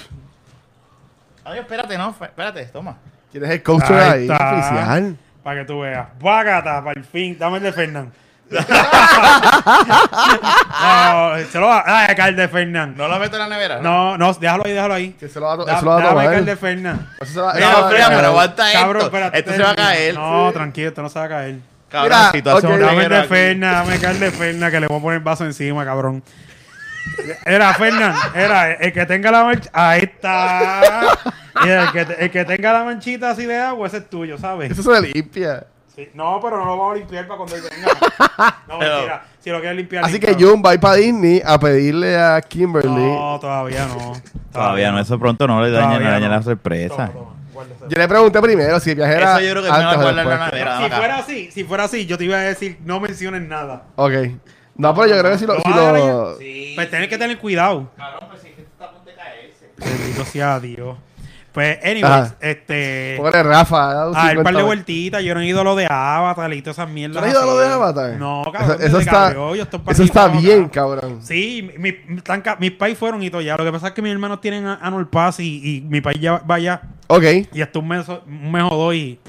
S1: Ay, espérate, no, fe- espérate, toma.
S3: ¿Quién es el coaster
S2: Ahí
S3: ahí?
S2: está.
S3: Oficial.
S2: Para que tú veas. Bágata, para el fin. Dame el de Fernán. no, se lo va. Ah, acá el de Fernán.
S1: No lo meto en la nevera.
S2: No, no, déjalo ahí, déjalo ahí.
S3: Que se lo va a to-
S2: Da-
S3: eso lo va a
S2: dame
S3: tomar.
S2: acá el de Fernán.
S3: Eso se va-
S1: Mira,
S3: eso va-
S1: Fran, pero aguanta
S2: Cabrón,
S1: esto.
S2: espérate,
S1: esto se va a caer.
S2: No, tranquilo, esto no se va a caer.
S1: Cabrón,
S3: Mira,
S1: situación
S3: ok.
S1: de
S2: Dame el
S1: guerra
S2: de
S1: aquí.
S2: Ferna, dame acá el de Ferna, que le voy a poner el vaso encima, cabrón. Era Fernan, era el que tenga la manchita. Ahí está. Y el, que te- el que tenga la manchita así de agua, ese es tuyo, ¿sabes?
S3: Eso se limpia.
S2: Sí. No, pero no lo vamos a limpiar para cuando él venga. No,
S1: Pero-
S2: mentira. Si lo quieres limpiar.
S3: Así que
S2: límpialo.
S3: Jun va a ir para Disney a pedirle a Kimberly.
S2: No, todavía no.
S1: Todavía no, eso pronto no le daña,
S2: Todavía
S1: le daña
S2: no.
S1: la sorpresa.
S2: Toma, toma, guárdaselo.
S3: Yo le pregunté primero si el viaje era.
S1: Eso yo creo que es
S3: antes
S1: mejor
S3: o
S1: guardarlo en la
S3: después.
S1: nevera. dame
S2: Si
S1: acá.
S2: fuera así, si fuera así, yo te iba a decir, no menciones nada.
S3: Ok. No, pero yo creo que si lo. Si
S2: vas a dar
S3: lo...
S2: allá? Pues tenés que tener cuidado.
S1: Cabrón, pues si está a punto de caerse.
S2: Bendito sea Dios. Pues, anyways,
S3: Ajá.
S2: este.
S3: Pobre Rafa. ha dado
S2: A ver,
S3: 50
S2: un par de
S3: veces.
S2: vueltitas. Yo no he ido a lo de Avatar y todas esas mierdas.
S3: ¿No has ido a lo
S2: así.
S3: de Avatar?
S2: No, cabrón.
S3: Eso,
S2: desde
S3: eso
S2: que
S3: está,
S2: abrió, yo estoy para
S3: eso
S2: aquí,
S3: está
S2: para
S3: bien,
S2: acá.
S3: cabrón.
S2: Sí, mi- mi- tan ca- mis pais fueron y todo ya. Lo que pasa es que mis hermanos tienen a- Annual Pass y, y mi país ya va allá.
S3: Ok.
S2: Y hasta un mes, un mes o dos y.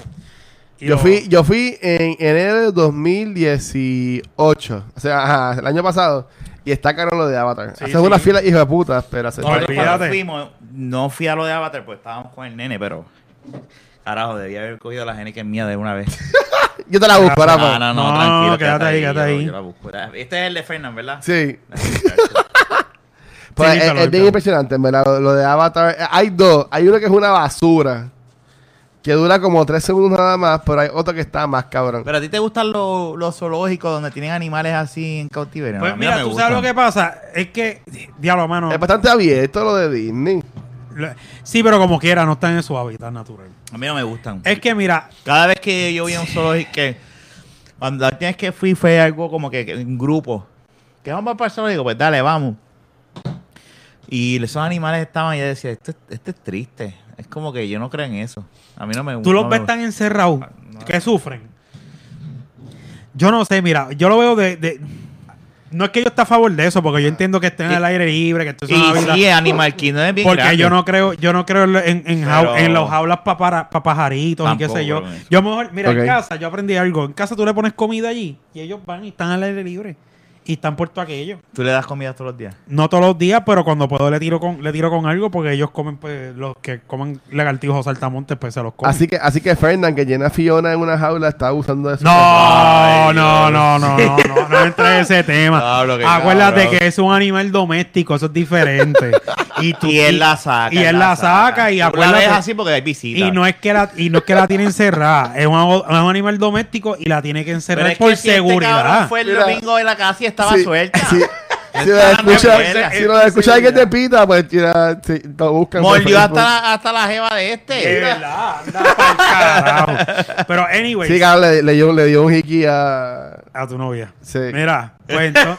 S2: y
S3: Yo
S2: lo-
S3: fui, yo fui en enero de 2018. O sea, ajá, el año pasado. Y está caro lo de Avatar.
S2: Sí,
S3: Haces
S2: sí.
S3: una fila, hijo de puta, pero haces
S2: No,
S3: una
S2: no,
S3: fila.
S2: Olvídate.
S1: fuimos, no fui a lo de Avatar, pues estábamos con el nene, pero. Carajo, debía haber cogido la gente que es mía de una vez.
S3: Yo te la busco,
S2: Ah,
S3: Rafa.
S1: no,
S2: No,
S1: tranquilo.
S2: quédate ahí, quédate
S1: yo-
S2: ahí.
S1: yo la busco. Este es el de Fernan, ¿verdad?
S3: Sí.
S2: Sí,
S3: Pues
S2: calor,
S3: es, es bien
S2: calor.
S3: impresionante, en ¿verdad? Lo, lo de Avatar. eh, Hay dos. Hay uno que es una basura. Que dura como tres segundos nada más. Pero hay otro que está más cabrón.
S1: Pero a ti te gustan los los zoológicos donde tienen animales así en cautiverio.
S2: Pues
S1: No, a mí no
S2: mira,
S1: me
S2: tú sabes lo que
S1: gustan.
S2: pasa. Es que. Diablo, mano.
S3: Es bastante abierto lo de Disney.
S2: lo- Sí, pero como quiera, no están en su hábitat natural.
S1: A mí no me gustan.
S2: Es que, mira,
S1: Cada vez que yo voy a un zoológico, que cuando la última vez que fui fue algo como que que en grupo. Que vamos para el zoológico, pues dale, vamos. Y esos animales estaban y yo decía, este, este es triste. Es como que yo no creo en eso. A mí no Ah, me gusta.
S2: Tú los ves tan encerrados que sufren. Yo no sé, mira, yo lo veo de, de- No es que yo esté a favor de eso, porque yo entiendo que estén en el aire libre, que esto es una vida-
S1: Ah. Y sí, Animal Kingdom es bien
S2: porque
S1: grande.
S2: yo no creo, yo no creo en, en, en jau-
S1: Pero-
S2: en los jaulas para pajaritos y qué
S1: Tampoco
S2: sé yo.
S1: creo en eso.
S2: Yo mejor, mira,
S3: Ok.
S2: en casa yo aprendí algo. En casa tú le pones comida allí y ellos van y están al aire libre y están puesto aquello.
S1: Tú le das comida todos los días.
S2: No todos los días, pero cuando puedo le tiro con le tiro con algo porque ellos comen pues, los que comen lagartijos o saltamontes pues se los comen.
S3: Así que, así que Fernan, que llena a Fiona en una jaula, está abusando de su.
S2: No, no, no, no, no, no, no entres en ese tema.
S1: Diablo, qué
S2: Acuérdate
S1: cabrón.
S2: que es un animal doméstico, eso es diferente. Y, tú-
S1: Y él la saca.
S2: Y él la saca y
S1: Tú La ves
S2: acuérdate.
S1: así porque hay visitas.
S2: Y no es que la, y no es que la tiene encerrada, es un, es un animal doméstico y la tiene que
S1: Pero
S2: encerrar
S1: es que
S2: por
S1: si este
S2: seguridad.
S1: cabrón fue el
S3: Mira.
S1: domingo en la casa y estaba
S3: Sí,
S1: suelta.
S3: sí. Si lo
S1: Está
S3: escucha,
S1: dando vueltas.
S3: si lo escucha alguien te pita, pues mira, sí, lo buscan. por
S1: Mordió
S3: Facebook.
S1: hasta la, hasta la jeva de
S2: De
S1: este.
S2: verdad, anda pa'l carajo. Pero anyway,
S3: Sí, cabrón, le, le dio, le dio un hiki a.
S2: a tu novia.
S3: Sí.
S2: Mira, pues entonces-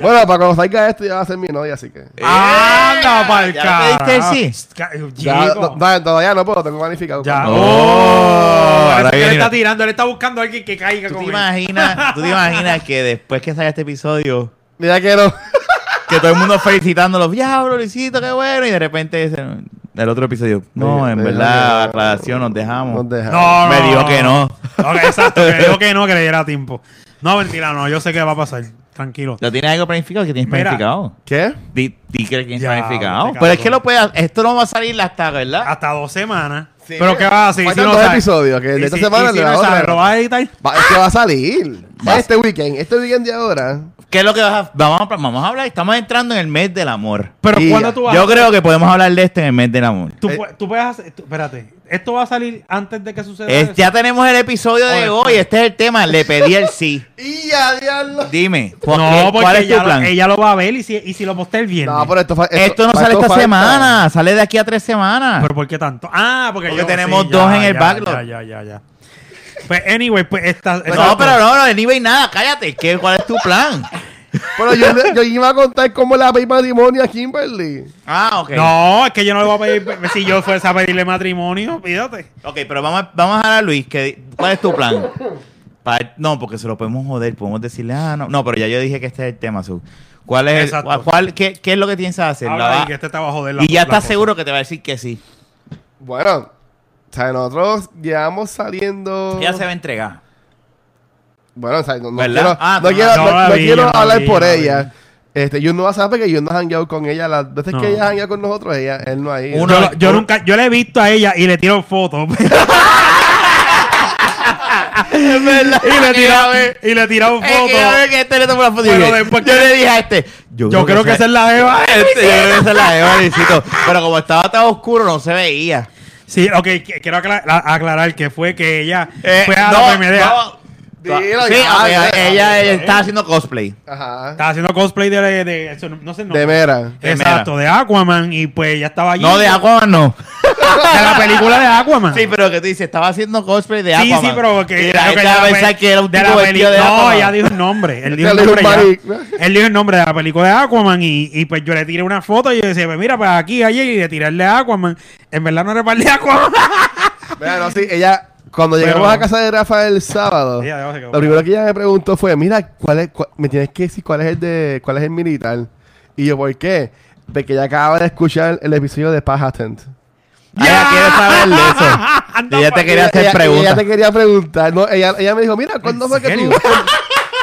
S3: Bueno, para cuando salga esto ya va a ser mi novia, así que.
S2: anda pa'l
S1: Eh, ¿Ya le
S2: carajo.
S1: pediste el sí?
S2: Ca-
S3: Ya,
S2: chico.
S3: no, no, todavía no puedo, tengo planificado.
S2: Ya.
S1: Oh,
S2: Oh,
S1: ahora
S2: eso que
S1: viene.
S2: le está tirando, él está buscando a alguien que caiga
S1: ¿Tú
S2: con
S1: te,
S2: él.
S1: imaginas, ¿Tú te imaginas que después que salga este episodio,
S3: Mira que no.
S1: que todo el mundo felicitándolo, diablo, Luisito, qué bueno, y de repente dicen, el otro episodio. No, en verdad, aclaración, nos dejamos.
S3: Nos dejamos.
S2: No, no,
S1: Me dijo
S2: no,
S1: que no.
S2: Ok, exacto, que dijo que no, que le diera tiempo. No, mentira, no, yo sé que va a pasar. Tranquilo.
S1: ¿Lo tienes algo planificado? ¿Qué tienes
S2: Mira.
S1: planificado?
S3: ¿Qué?
S1: Di, di que tienes
S2: Ya,
S1: planificado.
S2: este
S1: Pero es que
S2: cabrón.
S1: lo puedes. Esto no va a salir hasta, ¿verdad?
S2: Hasta dos semanas. Pero ¿qué va a hacer?
S3: Faltan
S2: no
S3: dos
S2: sale?
S3: episodios, que
S2: ¿Y
S3: de esta
S2: si-
S3: semana
S2: y si
S3: le va
S2: no
S3: otra.
S2: sale, ¿lo vas a editar?
S3: Va, es que va a salir. Va este weekend. Este weekend de ahora.
S1: ¿Qué es lo que vas a, vamos, a, vamos a hablar? Estamos entrando en el mes del amor.
S2: Pero
S3: Y-
S2: cuando tú vas
S1: Yo creo que podemos hablar de esto en el mes del amor.
S2: Tú,
S3: Eh.
S2: pu- tú puedes hacer. tú- espérate. Esto va a salir antes de que suceda.
S1: Es-
S2: eso?
S1: ya tenemos el episodio de
S2: Oye. pues.
S1: hoy. Este es el tema. Le pedí el sí.
S3: ¡Y a diablo!
S1: Dime, ¿cuál,
S2: No,
S1: cuál
S2: porque
S1: es tu
S2: ella,
S1: plan?
S2: lo- ella lo va a ver y si, y si lo posté el viernes.
S3: No, pero esto, fa-
S1: esto no
S3: fa-
S1: sale esta
S3: falta.
S1: semana. Sale de aquí a tres semanas.
S2: ¿Pero por qué tanto? Ah, porque,
S1: Porque
S2: yo-
S1: tenemos dos en el
S2: ya,
S1: backlog.
S2: Ya, ya, ya, ya. Pues, anyway, pues esta.
S1: no, pero no, no, de nivel nada. Cállate. ¿Qué, ¿Cuál es tu plan?
S3: Pero yo, yo iba a contar cómo la pedí matrimonio a Kimberly.
S1: Ah, ok.
S2: No, es que yo no le voy a pedir. pues, si yo fuese a pedirle matrimonio, fíjate.
S1: Ok, pero vamos a, vamos a dejar a Luis. Que, ¿Cuál es tu plan? Pa- no, porque se lo podemos joder. Podemos decirle, ah, no. No, pero ya yo dije que este es el tema, Su. ¿Cuál es el,
S2: Exacto.
S1: cuál, qué, ¿Qué es lo que piensas hacer?
S2: Habla
S1: La va-
S2: ahí, que este te va a joder la-
S1: y ya
S2: la
S1: estás
S2: cosa.
S1: seguro que te va a decir que sí.
S3: Bueno, o sea, nosotros llevamos saliendo.
S1: Ella se va a entregar.
S3: Bueno, o sea, no, no
S1: ¿Verdad?
S3: quiero,
S1: Ah,
S3: no
S1: no,
S3: quiero,
S2: no
S3: no-
S2: la
S3: no
S2: vi,
S3: quiero
S2: no la
S3: hablar
S2: vi,
S3: por
S2: no la
S3: ella. Este, yo no va a saber porque yo no he hangueado con ella. Las veces
S2: No.
S3: que ella ha hangueado con nosotros, ella, él no ha ido.
S1: Uno-
S2: Yo, lo- yo nunca. Yo le he visto a ella y le tiro fotos.
S1: Es verdad.
S2: y le he tirado,
S1: Es
S2: y le he tirado
S1: que yo
S2: fotos.
S1: veo que este le tomó la foto y
S2: Pero
S1: dije,
S2: después
S1: yo
S2: que-
S1: le dije a este. Yo,
S2: Yo creo que esa es la Eva.
S1: Este, yo creo que esa es la de Valicito. Pero como estaba tan oscuro, no se veía.
S2: Sí, ok, qu- quiero acla- a- aclarar que fue que ella
S1: Eh,
S2: fue a la primera.
S1: no.
S3: Dilo
S1: sí,
S3: ya,
S1: ok,
S3: ya,
S1: ella,
S3: ya,
S1: ella estaba haciendo cosplay.
S3: Ajá.
S2: Estaba haciendo cosplay de, de, de- eso, no sé, no.
S3: De mera.
S1: De
S2: Exacto, de Aquaman y pues ya estaba allí.
S1: No, de Aquaman no.
S2: De la película de Aquaman.
S1: Sí, pero que tú dices, estaba haciendo cosplay de
S2: Sí,
S1: Aquaman.
S2: sí, pero que,
S1: Y la
S2: creo que
S1: gente
S2: ya
S1: va a
S2: la
S1: pensar
S2: pe-
S1: que era un
S2: de
S1: tipo
S2: la
S1: vestido de
S2: peli- No,
S1: Aquaman.
S2: ella dijo el nombre. Él
S3: Este
S2: dijo el
S3: le dijo
S2: nombre, ya.
S3: maric-
S2: él dijo el nombre de la película de Aquaman y, y pues yo le tiré una foto y yo decía, pues mira, pues aquí, allí y de tirarle a Aquaman. En verdad no era para el de Aquaman.
S3: Mira, no, sí, ella, cuando
S2: Pero-
S3: llegamos a casa de Rafa el sábado,
S2: Ella dijo, se quedó.
S3: lo primero que ella me preguntó fue, mira, ¿cuál es, cua- me tienes que decir cuál es el de, cuál es el militar? Y yo, ¿por qué? Porque ella acaba de escuchar el episodio de Paja Tent.
S1: Ella quiere saber de eso.
S2: Anda
S1: Ella
S2: pa'
S1: te quería
S2: allá.
S1: hacer
S3: Ella-
S1: preguntas.
S3: Ella te quería preguntar. No, ella, ella me dijo, mira, ¿cuándo
S2: ¿En
S3: fue que tú...?
S2: serio?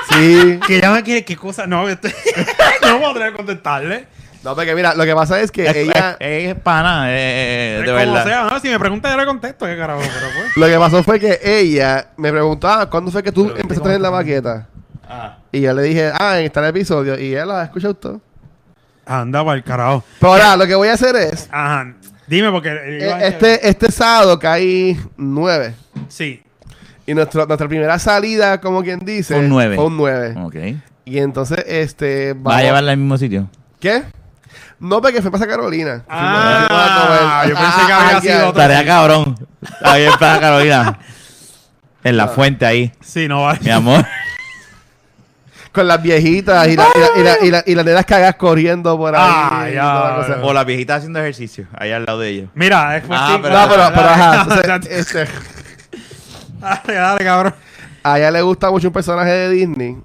S3: sí.
S2: Que ya me quiere, qué cosa. No, estoy- no podré contestarle.
S3: No, porque mira, lo que pasa es que
S1: Es,
S3: ella...
S1: es- es pana, eh, eh, de
S2: Como
S1: verdad.
S2: sea, ¿no? Si me pregunta, yo le contesto. ¿Qué carajo? Pero pues.
S3: Lo que pasó fue que ella me preguntaba, ¿cuándo fue que tú empezaste a tener la maqueta?
S1: Ah.
S3: Y yo le dije, ah, en tal episodio. Y ella la ha escuchado todo.
S2: Anda para el carajo.
S3: Pero ahora, lo que voy a hacer es...
S2: Ajá. Dime porque.
S3: Eh, Este, este sábado caí 9.
S2: Sí.
S3: Y nuestro- nuestra primera salida, como quien dice.
S1: Fue un nueve.
S3: Fue un 9.
S1: Ok.
S3: Y entonces, este.
S1: ¿Va a
S3: vamos-
S1: llevarla al mismo sitio?
S3: ¿Qué? No, porque fue para Carolina.
S2: Ah,
S3: Fuimos a- fuimos a comer.
S2: yo pensé que
S3: Ah,
S2: había
S3: ah,
S2: sido
S3: ya.
S2: otra.
S1: Tarea cabrón. Está bien para Carolina. En la fuente ahí,
S2: Sí, no vale.
S1: mi amor.
S3: Con las viejitas y, la- y, la- y, la- y la- y las nenas cagas corriendo por ahí.
S2: Ah,
S3: y
S2: ya,
S3: toda la
S2: ya,
S3: cosa.
S2: ya.
S1: O la viejita haciendo ejercicio, ahí al lado de ellos.
S2: Mira, es
S1: Ah,
S2: sí,
S1: pero-
S3: No, pero,
S2: dale,
S3: pero
S2: dale,
S3: ajá.
S2: dale,
S3: entonces,
S2: dale,
S3: este,
S2: dale, dale, cabrón.
S3: a ella le gusta mucho un personaje de Disney.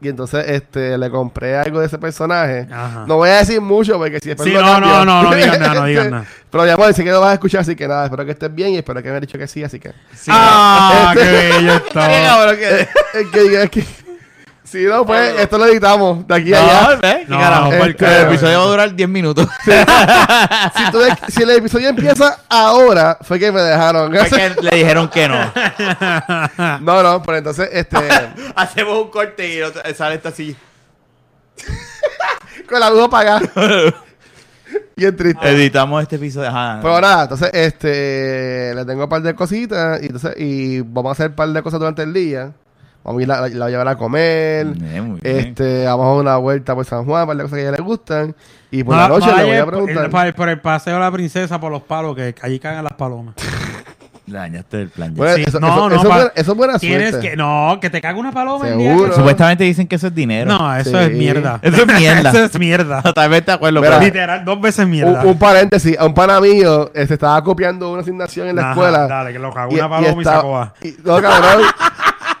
S3: Y entonces este, le compré algo de ese personaje.
S2: Ajá.
S3: No voy a decir mucho porque si después
S2: Sí,
S3: lo
S2: no,
S3: cambio- Este,
S2: no, no, no digas nada, no digas nada.
S3: Pero mi amor, sé que lo vas a escuchar, así que nada, espero que estés bien y espero que me hayas dicho que sí, así que.
S2: ah,
S3: Este-
S2: qué bello está.
S3: Cabrón, que, es Eh, que diga que. Si no, pues esto lo editamos de aquí a
S1: No,
S3: allá.
S1: ¿ves? ¿Qué
S2: No,
S1: carajo? Este,
S2: por
S1: El
S2: carajo.
S1: episodio va a durar 10 minutos.
S3: Si, tú ves- si el episodio empieza ahora, fue que me dejaron.
S1: Fue que le dijeron que no.
S3: No, no, pero entonces, este.
S1: Hacemos un corte y otro- sale esto así.
S3: con la luz apagada. Bien triste.
S1: Editamos este episodio. Ajá.
S3: Pero nada, Pues entonces, este, le tengo un par de cositas y, entonces, y vamos a hacer un par de cosas durante el día. Vamos a ir la, la- la voy a llevar a comer.
S1: Eh, muy bien.
S3: Este, vamos a dar una vuelta por San Juan, un par de cosas que a ella le gustan. Y por
S2: No,
S3: la noche le voy
S2: Ah, vaya
S3: a
S2: el-
S3: preguntar.
S2: Por el, por el paseo de la princesa, por los palos, que allí cagan las palomas.
S1: Le dañaste el plan. ya.
S3: Bueno,
S2: Sí,
S3: Eh, eso,
S2: no,
S3: eso-
S2: no,
S3: eso es
S2: pa-
S3: buena- eso es buena
S2: Tienes
S3: suerte.
S2: que. No, que te caga una paloma. el día
S3: Seguro.
S1: Supuestamente dicen que eso es
S2: que-
S1: dinero.
S2: No, eso
S3: Sí.
S2: es mierda.
S1: Eso es mierda.
S2: eso es mierda.
S1: Totalmente de acuerdo.
S3: Mira,
S1: pero-
S2: Literal, dos veces mierda.
S3: un, un paréntesis, a un pana mío este, estaba copiando una asignación en la
S2: Ajá,
S3: escuela.
S2: Dale, que lo cagó
S3: y-
S2: una
S3: y
S2: paloma y,
S3: estaba-
S2: sacó a.
S3: y- no, cabrón.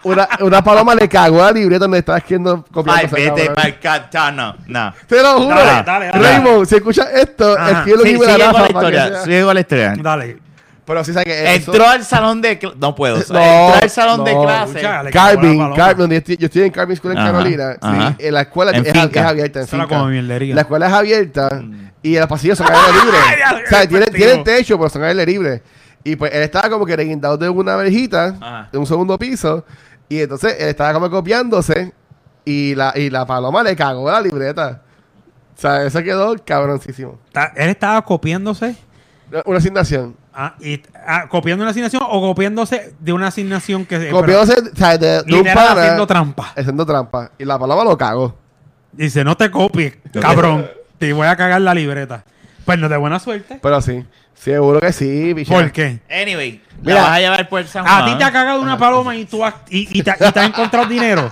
S3: una, una paloma le cagó a la libreta donde estaba escribiendo copiando.
S1: Ay,
S3: esa
S1: vete
S3: cabrona.
S1: pa'l cantano. No.
S3: Te lo juro.
S1: Dale,
S2: dale, dale.
S3: Raymond, si escuchas esto,
S2: Ajá.
S3: escribe lo
S1: Sí,
S3: que
S1: sigue con
S3: Rafa
S1: la
S3: para que
S1: historia.
S3: sea-
S1: Sigue con la historia.
S2: Dale.
S3: Pero sí sabe que Eh, eso-
S1: Entró al salón de cl- No puedo. o sea,
S3: No,
S1: entró al salón de
S3: no.
S1: clase.
S2: Escucha, le cagó la
S3: Carvin,
S2: paloma.
S3: Carvin, donde yo estoy, yo estoy en Carvin School en
S1: Ajá,
S3: Carolina, sí,
S1: ajá.
S3: en la escuela
S1: En
S3: es, a-
S1: finca.
S3: es abierta. En
S2: Eso era
S3: finca.
S2: como mierdería.
S3: La escuela es abierta y los pasillos son al aire libre.
S2: Ay, ya,
S3: o sea,
S2: qué
S3: tienen,
S2: efectivo.
S3: tienen techo, pero son al aire libre. Y pues él estaba como que reguindado de una verjita,
S1: Ajá.
S3: de un segundo piso, y entonces él estaba como copiándose y la, y la paloma le cagó la libreta. O sea, eso quedó cabroncísimo.
S2: Ta- Él estaba copiándose.
S3: Una asignación.
S2: ah, y, ah, copiando una asignación o copiándose de una asignación que.
S3: Copiándose, o sea, de, de
S2: Este, pero
S3: un
S2: literal
S3: pana.
S2: haciendo trampa.
S3: Haciendo trampa. Y la paloma lo cagó.
S2: Dice, no te copies, cabrón. Te voy a cagar la libreta. Pues no de buena suerte.
S3: Pero sí, seguro que sí, bicho.
S2: ¿Por qué?
S1: Anyway,
S3: Mira,
S1: la vas a llevar por San Juan.
S2: Ah, A ti te ha cagado una paloma y tú has, y, y te, y te has encontrado dinero.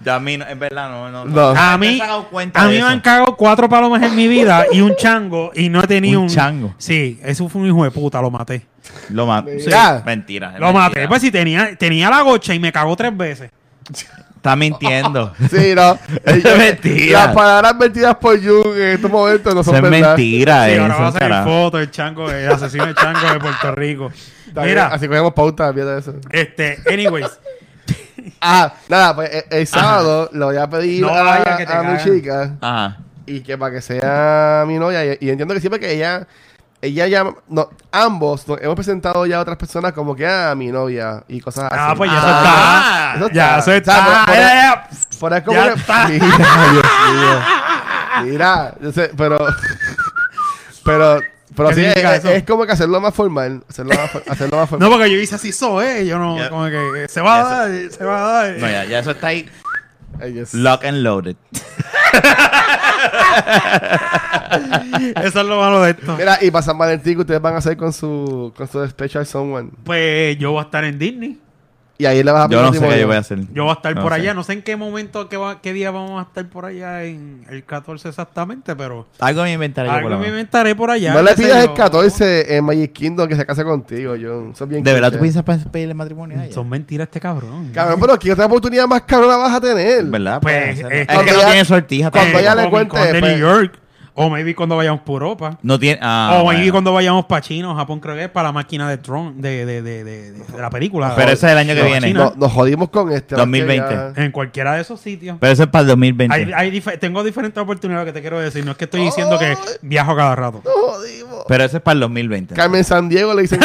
S1: Ya a mí, no- en verdad, no. no,
S3: No.
S2: A mí,
S1: ¿Te has dado cuenta
S2: a
S1: de
S2: mí me
S1: eso?
S2: han cagado cuatro palomas en mi vida y un chango y no he tenido un.
S1: Un chango.
S2: Sí, eso fue un hijo de puta, lo maté.
S1: Lo maté.
S3: Sí. Ya.
S1: Mentira. es
S2: Lo maté.
S1: mentira.
S2: Pues si tenía, tenía la gocha y me cagó tres veces.
S1: Está mintiendo.
S3: Sí, no.
S1: Es mentira.
S3: Las palabras mentiras por Jung en estos momentos no
S1: Eso
S3: son
S1: es
S3: verdad.
S1: mentira.
S2: Sí,
S1: eh,
S2: ahora
S1: eso
S2: va a
S1: es
S2: salir
S1: carajo.
S2: foto el chango, el asesino del chango de Puerto Rico.
S3: Está bien,
S2: Mira,
S3: Así cogemos pauta, fíjate eso.
S2: este, anyways.
S3: Ah, nada, pues el, el sábado le voy a pedir
S2: No
S3: a,
S2: vaya que te
S3: a mi
S2: cagan.
S3: chica
S1: Ajá.
S3: y que para que sea mi novia. Y, y entiendo que siempre que ella, ella ya, no, ambos nos hemos presentado ya a otras personas como que a mi novia y cosas así.
S2: Ah, pues ya
S1: Ah,
S2: eso está. Ya eso
S3: O sea,
S2: está.
S3: por- por-
S2: Ya, ya, ya.
S3: Pero es como
S2: Ya
S3: que-
S2: está.
S3: Mira, Dios mío. Mira, yo sé, pero. Pero. Pero
S2: ¿Qué
S3: sí, es,
S2: significa eso?
S3: es como que hacerlo más formal. Hacerlo más, for- hacerlo más formal.
S2: No, porque yo hice así, so, eh. Yo no,
S1: Ya.
S2: como que eh, se va a dar, se va a dar.
S1: No, ya, ya eso está ahí.
S3: Ay, Dios.
S1: Lock and loaded.
S2: Eso es lo malo de esto.
S3: Mira, y para San Valentín, ¿qué ustedes van a hacer con su, con su special someone?
S2: Pues yo voy a estar en Disney.
S3: Y ahí le vas a
S1: Yo no sé
S3: último
S1: qué yo
S3: día.
S1: voy a hacer.
S2: Yo voy a estar
S1: No
S2: por
S1: sé.
S2: allá. No sé en qué momento, qué, va- qué día vamos a estar por allá en el 14 exactamente, pero
S1: Algo me inventaré yo por
S2: algo
S1: lo
S2: me
S1: menos.
S2: inventaré por allá.
S3: No le
S2: qué sé
S3: pidas el
S2: yo.
S3: 14 en Magic Kingdom que se case contigo, John. Son bien
S1: ¿De verdad tú
S3: clichés.
S1: piensas pe- pedirle matrimonio a ella?
S2: Son mentiras este cabrón.
S3: Cabrón, pero ¿qué otra oportunidad más cabrona vas a tener?
S1: ¿Verdad?
S2: Pues,
S1: Puede ser.
S2: eh,
S1: es que
S3: cuando
S1: no
S3: ya-
S1: tiene sortija.
S3: cuando
S1: tampoco.
S3: ya le
S2: Comic
S3: cuente,
S2: Con de
S3: pues.
S2: New York. O maybe cuando vayamos por Europa.
S1: No tiene. Ah,
S2: o
S1: bueno.
S2: maybe cuando vayamos para China o Japón, creo que es para la máquina de Tron, de, de, de, de, de- de la película.
S1: Pero
S2: O-
S1: ese es el año que
S2: no,
S1: viene.
S2: China.
S3: No, nos jodimos con este. ahora que
S1: 2020.
S3: ya-
S2: En cualquiera de esos sitios.
S1: Pero eso es para el 2020.
S2: Hay, hay dife- tengo diferentes oportunidades que te quiero decir. No es que estoy diciendo que viajo cada rato.
S3: Nos jodimos.
S1: Pero eso es para el 2020.
S3: Carmen San Diego le dicen.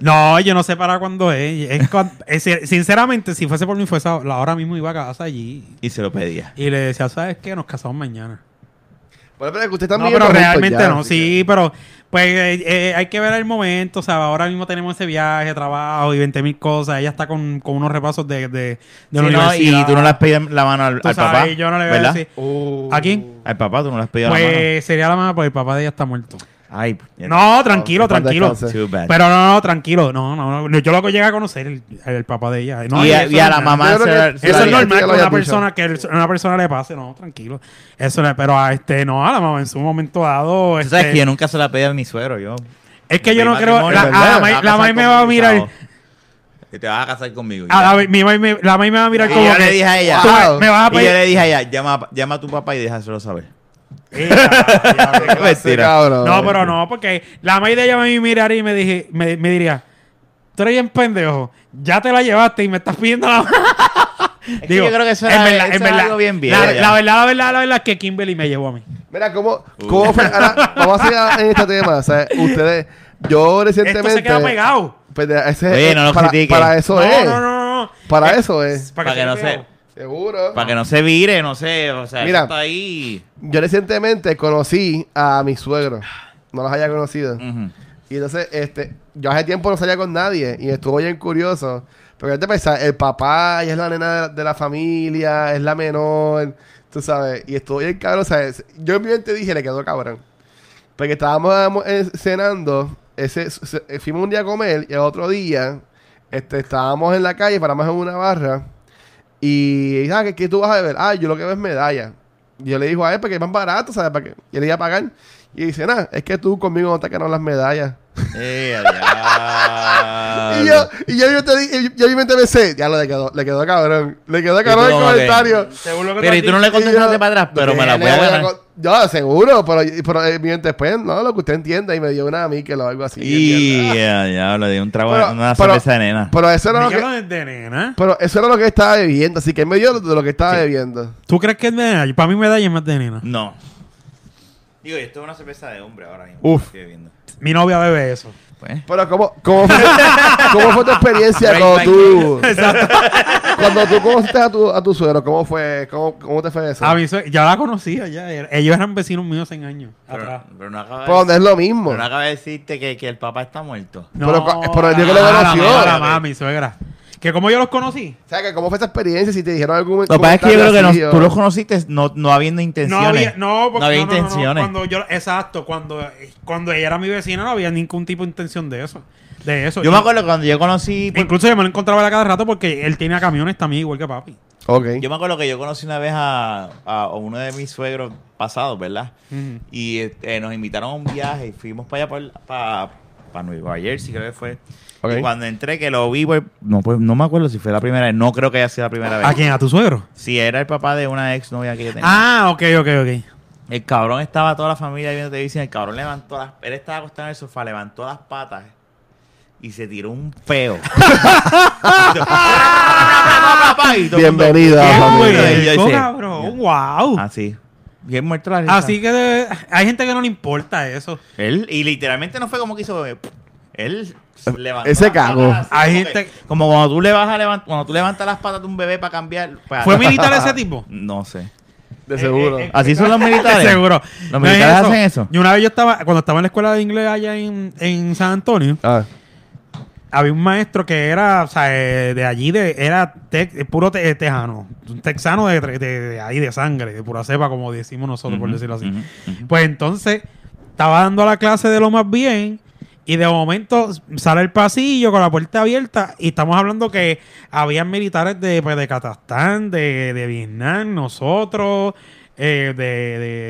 S2: No, yo no sé para cuándo es. Es cuan- es sin- sinceramente, si fuese por mí, fuese ahora ahora mismo iba a casa allí.
S1: Y se lo pedía.
S2: Y le decía, ¿sabes qué? Nos casamos mañana.
S3: Bueno, pero que usted también
S2: No, pero realmente no. Sí, pero pues eh, eh, hay que ver el momento. O sea, ahora mismo tenemos ese viaje, trabajo y 20 mil cosas. Ella está con, con unos repasos de, de, de la
S1: Sí, no,
S2: universidad.
S1: y tú no le has pedido la mano al,
S2: Tú
S1: al
S2: sabes,
S1: papá.
S2: yo no le voy a
S1: ¿verdad?
S2: decir.
S3: Uh.
S2: ¿A quién?
S1: Al papá tú no le has pedido la mano.
S2: Pues sería la mamá, porque el papá de ella está muerto.
S1: Ay, puñeta.
S2: No, tranquilo,
S1: pues,
S3: que paz
S2: tranquilo.
S3: descanse.
S1: Too bad.
S2: Pero no, no, tranquilo. No, no, no. Yo lo que llegué a conocer el, el papá de ella. No,
S1: y, a,
S2: eso
S1: y a
S2: no
S1: la
S2: es nada.
S1: mamá
S3: Yo creo
S1: se
S3: que
S1: la- se
S2: Eso
S1: la-
S2: es
S3: Ya,
S2: normal
S3: ya
S2: que
S3: lo
S2: una
S3: habías
S2: persona, que el- una persona le pase. No, tranquilo. Eso no es- pero a este, no, a la mamá en su momento dado.
S1: Tú sabes
S2: este,
S1: que yo nunca se la pedí a mi suero, yo.
S2: Es que yo
S1: Mi
S2: no creo.
S1: matrimonio,
S2: La,
S1: ¿verdad?
S2: a la
S1: Te vas
S2: mai-
S1: a
S2: la
S1: casar
S2: mai me
S1: conmigo,
S2: va a mirar.
S1: chavo. Y te vas a casar conmigo.
S2: a
S1: ya.
S2: la, mi mai me, la mai me va a mirar
S1: Y
S2: como.
S1: yo
S2: que,
S1: le dije a ella.
S2: "Tú me- me vas
S1: Y
S2: a
S1: yo
S2: pedir".
S1: le dije a ella, llama, llama a tu papá y déjaselo saber.
S2: Ella- ella-
S1: Mentira.
S2: No, pero no, porque la mai de ella me miraría y me, dije, me, me diría: Tú eres bien pendejo. Ya te la llevaste y me estás pidiendo la.
S1: que yo creo que eso era- eso era algo bien viejo
S2: la,
S1: ya.
S2: la verdad, la verdad, la verdad es que Kimberly me llevó a mí.
S3: Mira, ¿cómo,
S1: Uh.
S3: cómo fue? Ahora, vamos a seguir en este tema. O sea, ustedes, yo
S2: Esto
S3: recientemente.
S2: se queda pegado.
S3: Pues, ese,
S1: Oye, no lo
S3: para,
S1: critiquen.
S3: para eso
S2: no,
S3: es.
S2: no, no, no.
S3: Para
S2: Eh,
S3: eso es.
S1: Para que
S2: quede
S1: no se-
S2: pegado.
S3: Seguro.
S1: Para que no se vire, no sé. O sea,
S3: Mira.
S1: eso está ahí.
S3: Yo recientemente conocí a mi suegro. No los haya conocido.
S1: Ujú.
S3: Y entonces, este, yo hace tiempo no salía con nadie y estuvo bien curioso. Porque te pensás, el papá ya es la nena de la, de la familia, es la menor, tú sabes. Y estuvo bien cabrón, ¿sabes? Yo en mi mente dije, le quedó cabrón. Porque estábamos estábamos, eh, cenando, ese, se- eh, fuimos un día a comer y el otro día este, estábamos en la calle, paramos en una barra. Y, ah, ¿qué, qué tú vas a beber? Ah, yo lo que veo es medalla. Y yo le digo a él, porque es más barato, ¿sabes? Para que- Y él iba a pagar. Y dice, nada, es que tú conmigo no te quedaron las medallas.
S1: Eh, adiós.
S3: Y yo, y yo, yo, te, di- y yo, yo me pensé, ya lo le quedó, le quedó cabrón. Le quedó cabrón el
S1: como que-
S3: comentario.
S2: Según lo que
S1: Pero y
S2: has
S1: tú no le
S2: dicho,
S1: contestaste para atrás, pero me la voy a ganar.
S3: Yo, seguro, pero, pero eh, miren, después, no, lo que usted entienda. Y me dio una Mikel o algo así.
S1: Y
S3: ¿entiendes?
S1: ya, ya, le di un trago,
S3: Pero-
S1: una
S3: pero-
S1: cerveza de nena.
S3: Pero eso era lo
S2: Dígalo
S3: que...
S2: desde nena.
S3: Pero eso era lo que estaba bebiendo, así que él me dio de lo que estaba bebiendo.
S2: ¿Tú crees que es de nena? Para mí medalla es más de nena.
S1: No. Digo, esto es una cerveza de hombre ahora mismo.
S3: Uf.
S1: Estoy viendo.
S2: Mi novia bebe eso.
S1: Pues.
S3: Pero ¿cómo, cómo, fue, cómo fue tu experiencia
S1: Break
S3: cuando
S1: my
S3: tú,
S2: Exacto.
S3: cuando tú conociste a tu, a tu suegro? ¿Cómo fue? ¿Cómo, cómo te fue eso?
S2: A mí eso- Ah, ya la conocía, ya. era- Ellos eran vecinos míos hace años atrás.
S1: Pero, pero no acaba de,
S3: Pero donde es lo mismo.
S1: pero no acaba de decirte que, que el papá está muerto.
S3: Pero cu- pero el día que lo
S2: Ah, la-
S3: conoció.
S2: La, la mami, suegra. Que como yo los conocí.
S3: O sea, que ¿cómo fue esa experiencia? Si te dijeron algún
S1: Lo que pasa es que yo creo
S3: comentario
S1: que no-
S3: así, o-
S1: tú los conociste no, no habiendo
S2: No
S1: intenciones.
S2: había, no, porque
S1: no había
S2: no, no, no, no.
S1: intenciones.
S2: Cuando yo, exacto, cuando, cuando ella era mi vecina no había ningún tipo de intención de eso. De eso.
S1: Yo
S2: Y- e
S1: me acuerdo que cuando yo conocí.
S2: Incluso yo me lo encontraba a cada rato porque él tenía camiones también, igual que papi.
S3: Ok.
S1: Yo me acuerdo que yo conocí una vez a, a uno de mis suegros pasados, ¿verdad? Y este, nos invitaron a un viaje y fuimos para allá, para, para, Nueva Jersey, creo que fue.
S3: Ok.
S1: Y cuando entré, que lo vi, pues, no, pues, no me acuerdo si fue la primera vez. No creo que haya sido la primera vez.
S2: ¿A quién? ¿A tu suegro?
S1: Si era el papá de una ex novia que yo tenía.
S2: Ah, ok, ok, ok.
S1: El cabrón estaba toda la familia viendo televisión. El cabrón levantó las. Él estaba acostado en el sofá, levantó las patas y se tiró un peo.
S3: Bienvenida,
S2: Qué
S3: familia.
S1: Yo
S2: rico,
S1: hice-
S2: Pues,
S1: Ah,
S2: cabrón, wow.
S1: Así. Bien muerto la risa.
S2: Así que de- hay gente que no le importa eso.
S1: Él, y literalmente no fue como quiso. eh, Él se levantó.
S3: Eh, Ese
S1: las patas
S3: cagó.
S1: así,
S2: Hay
S1: como
S2: gente-
S1: que- como cuando tú le vas a levant- cuando tú levantas las patas de un bebé para cambiar. para-
S2: ¿Fue militar ese tipo?
S1: No sé.
S3: De seguro.
S2: Eh, eh,
S1: Así son los militares.
S2: Seguro.
S1: Los militares hacen eso.
S2: Y una vez yo estaba, cuando estaba en la escuela de inglés allá en, en San Antonio,
S3: Ah,
S2: había un maestro que era, o sea, eh, de allí, de, era tex- eh, puro te- eh, tejano, un texano de, de- de ahí, de sangre, de pura cepa, como decimos nosotros, por
S1: Ujú,
S2: decirlo así.
S1: ujú, ujú.
S2: Pues entonces, estaba dando la clase de lo más bien. Y de momento sale el pasillo con la puerta abierta y estamos hablando que habían militares de, pues, de Catastán, de, de Vietnam, nosotros, eh, de,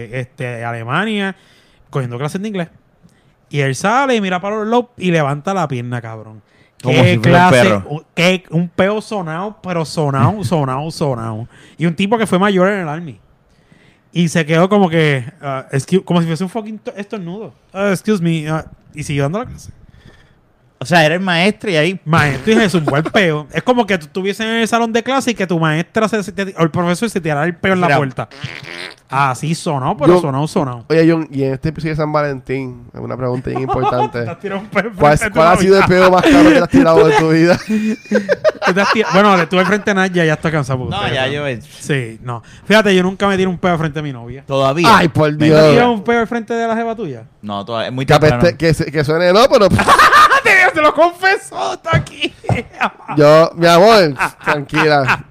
S2: de, este, de Alemania, cogiendo clases de inglés. Y él sale y mira para los lobos y levanta la pierna, cabrón.
S1: Como si fuera un
S2: clase?
S1: perro.
S2: Un, qué- un peo sonado, pero sonado, sonado, sonado. Y un tipo que fue mayor en el army. Y se quedó como que, ah, excuse- como si fuese un fucking to- estornudo. Ah, excuse me. ah, y siguió dando la clase.
S1: O sea, era el maestro y ahí.
S2: Maestro, y es un buen peo. Es como que tú estuvieses en el salón de clase y que tu maestra se, se te- o el profesor se tirara el peo en la
S1: Mira.
S2: puerta. Así sonó, pero
S3: Yo-
S2: sonó, sonó.
S3: Oye, John, y en este episodio de San Valentín, una pregunta bien importante. ¿Cuál,
S2: ¿Cuál,
S3: cuál ha sido el peor más caro que te has tirado de tu vida?
S2: Bueno, le tuve frente a Nadia, ya está cansado. porque
S1: No,
S2: ustedes
S1: ya
S2: saben.
S1: yo. eh,
S2: Sí, no. Fíjate, yo nunca me tiré un peo frente a mi novia.
S1: Todavía.
S3: Ay, por
S1: Me-
S2: ¿Tú te
S3: Dios.
S2: tiras un peo frente de la jeva tuya?
S1: No, todavía. Es muy
S3: Que,
S1: temprano.
S3: apeste- que, se- que suene no, pero
S2: Te lo confesó, está aquí.
S3: yo, mi amor, tranquila.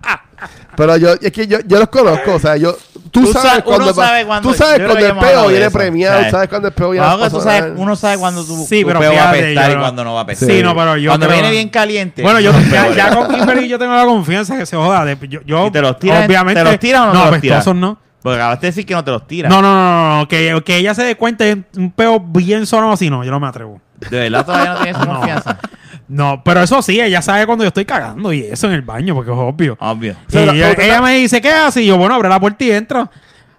S3: Pero yo, es que yo, yo los conozco, o sea, yo, tú,
S1: Tú
S3: sabes
S1: sa-
S3: cuando,
S1: uno sabe cuando-
S3: tú sabes
S1: yo creo
S3: cuando
S1: que
S3: el
S1: hemos hablado
S3: peo
S1: de
S3: viene
S1: eso.
S3: premiado,
S1: Sí.
S3: sabes cuando el peo viene
S1: Claro que tú sabes- uno sabe cuando tu,
S2: Sí,
S1: tu
S2: pero
S1: peo va a
S2: fíjate,
S1: apestar
S2: yo
S1: y
S2: no-
S1: cuando no va a apestar.
S2: Sí, no, pero yo
S1: Cuando
S2: creo-
S1: viene bien caliente.
S2: Bueno, yo
S1: son
S2: ya,
S1: peores.
S2: ya con Kimberly yo tengo la confianza que se joda. de- yo, yo-
S1: ¿Y te los tiras-
S2: obviamente,
S1: te los tiras o no te los tiras?
S2: apestosos no.
S1: Porque acabaste de decir que no te los tiras.
S2: No, no, no, no, no, Que, que ella se dé cuenta de un- un peo bien sonoro así, no, yo no me atrevo.
S1: De verdad todavía no tienes esa
S2: No.
S1: confianza.
S2: No, pero eso sí, ella sabe cuando yo estoy cagando y eso en el baño, porque es obvio.
S1: Obvio.
S2: Y
S3: Pero-
S2: ella,
S3: pero-
S2: ella me dice, ¿qué haces? Y yo, bueno, abre la puerta y entra.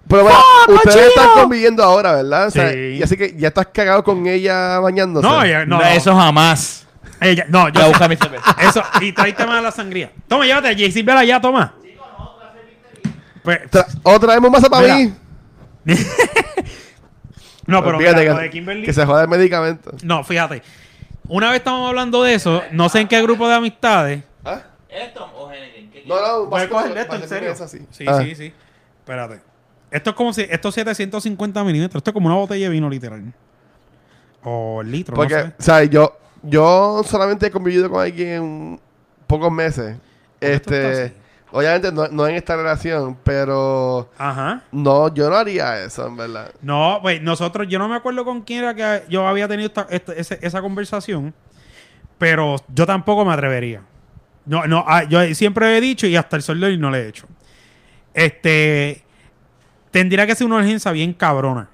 S3: Pero bueno,
S2: ¡Fuck,
S3: ustedes están
S2: Machino!
S3: conviviendo ahora, ¿verdad? O sea,
S2: Sí.
S3: y así que ya estás cagado con ella bañándose.
S2: No, ella, no,
S1: No, eso jamás.
S2: ella- Eh, no, yo
S1: Voy a buscar mi cerveza.
S2: Eso, y tráete más la sangría. Toma, llévate allí, sírvela ya, toma. Pues,
S3: Tra- otra vez más para
S2: Mira,
S3: mí.
S2: no, pero
S3: Olvídate
S2: mira, lo
S3: que,
S2: de Kimberly-
S3: que se joda el medicamento.
S2: No, fíjate. Una vez estábamos hablando de eso, no sé en qué grupo de amistades.
S1: ¿Esto o Henneken?
S3: ¿Ah? No, no,
S2: Voy a
S3: vas-
S2: cogerle esto,
S3: vas-
S2: en serio.
S3: vas así.
S2: Sí,
S3: Ah.
S2: sí, sí. Espérate. Esto es como si. Esto es 750 milímetros. Esto es como una botella de vino, literal. O litro,
S3: Porque,
S2: no sé.
S3: o sea, yo, yo solamente he convivido con alguien pocos meses.
S2: esto está
S3: Este,
S2: así.
S3: obviamente no, no en esta relación, pero
S2: Ajá.
S3: no, yo no haría eso, en verdad.
S2: No, pues nosotros, yo no me acuerdo con quién era que yo había tenido esta- esta- ese- esa conversación, pero yo tampoco me atrevería. No, no, ah, yo siempre he dicho y hasta el sol de hoy no le he hecho. Este, tendría que ser una urgencia bien cabrona.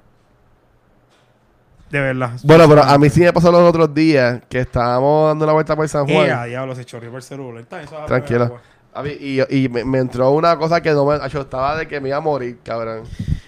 S2: De verdad.
S3: Bueno, pero a mí sí me pasó los otros días que estábamos dando la vuelta por San Juan.
S2: Eh, a diablo, se chorrió por el celular. Está, eso va a beber
S3: Tranquilo.
S2: agua.
S3: A mí- y y me, me entró una cosa que no me. Yo estaba de que me iba a morir, cabrón.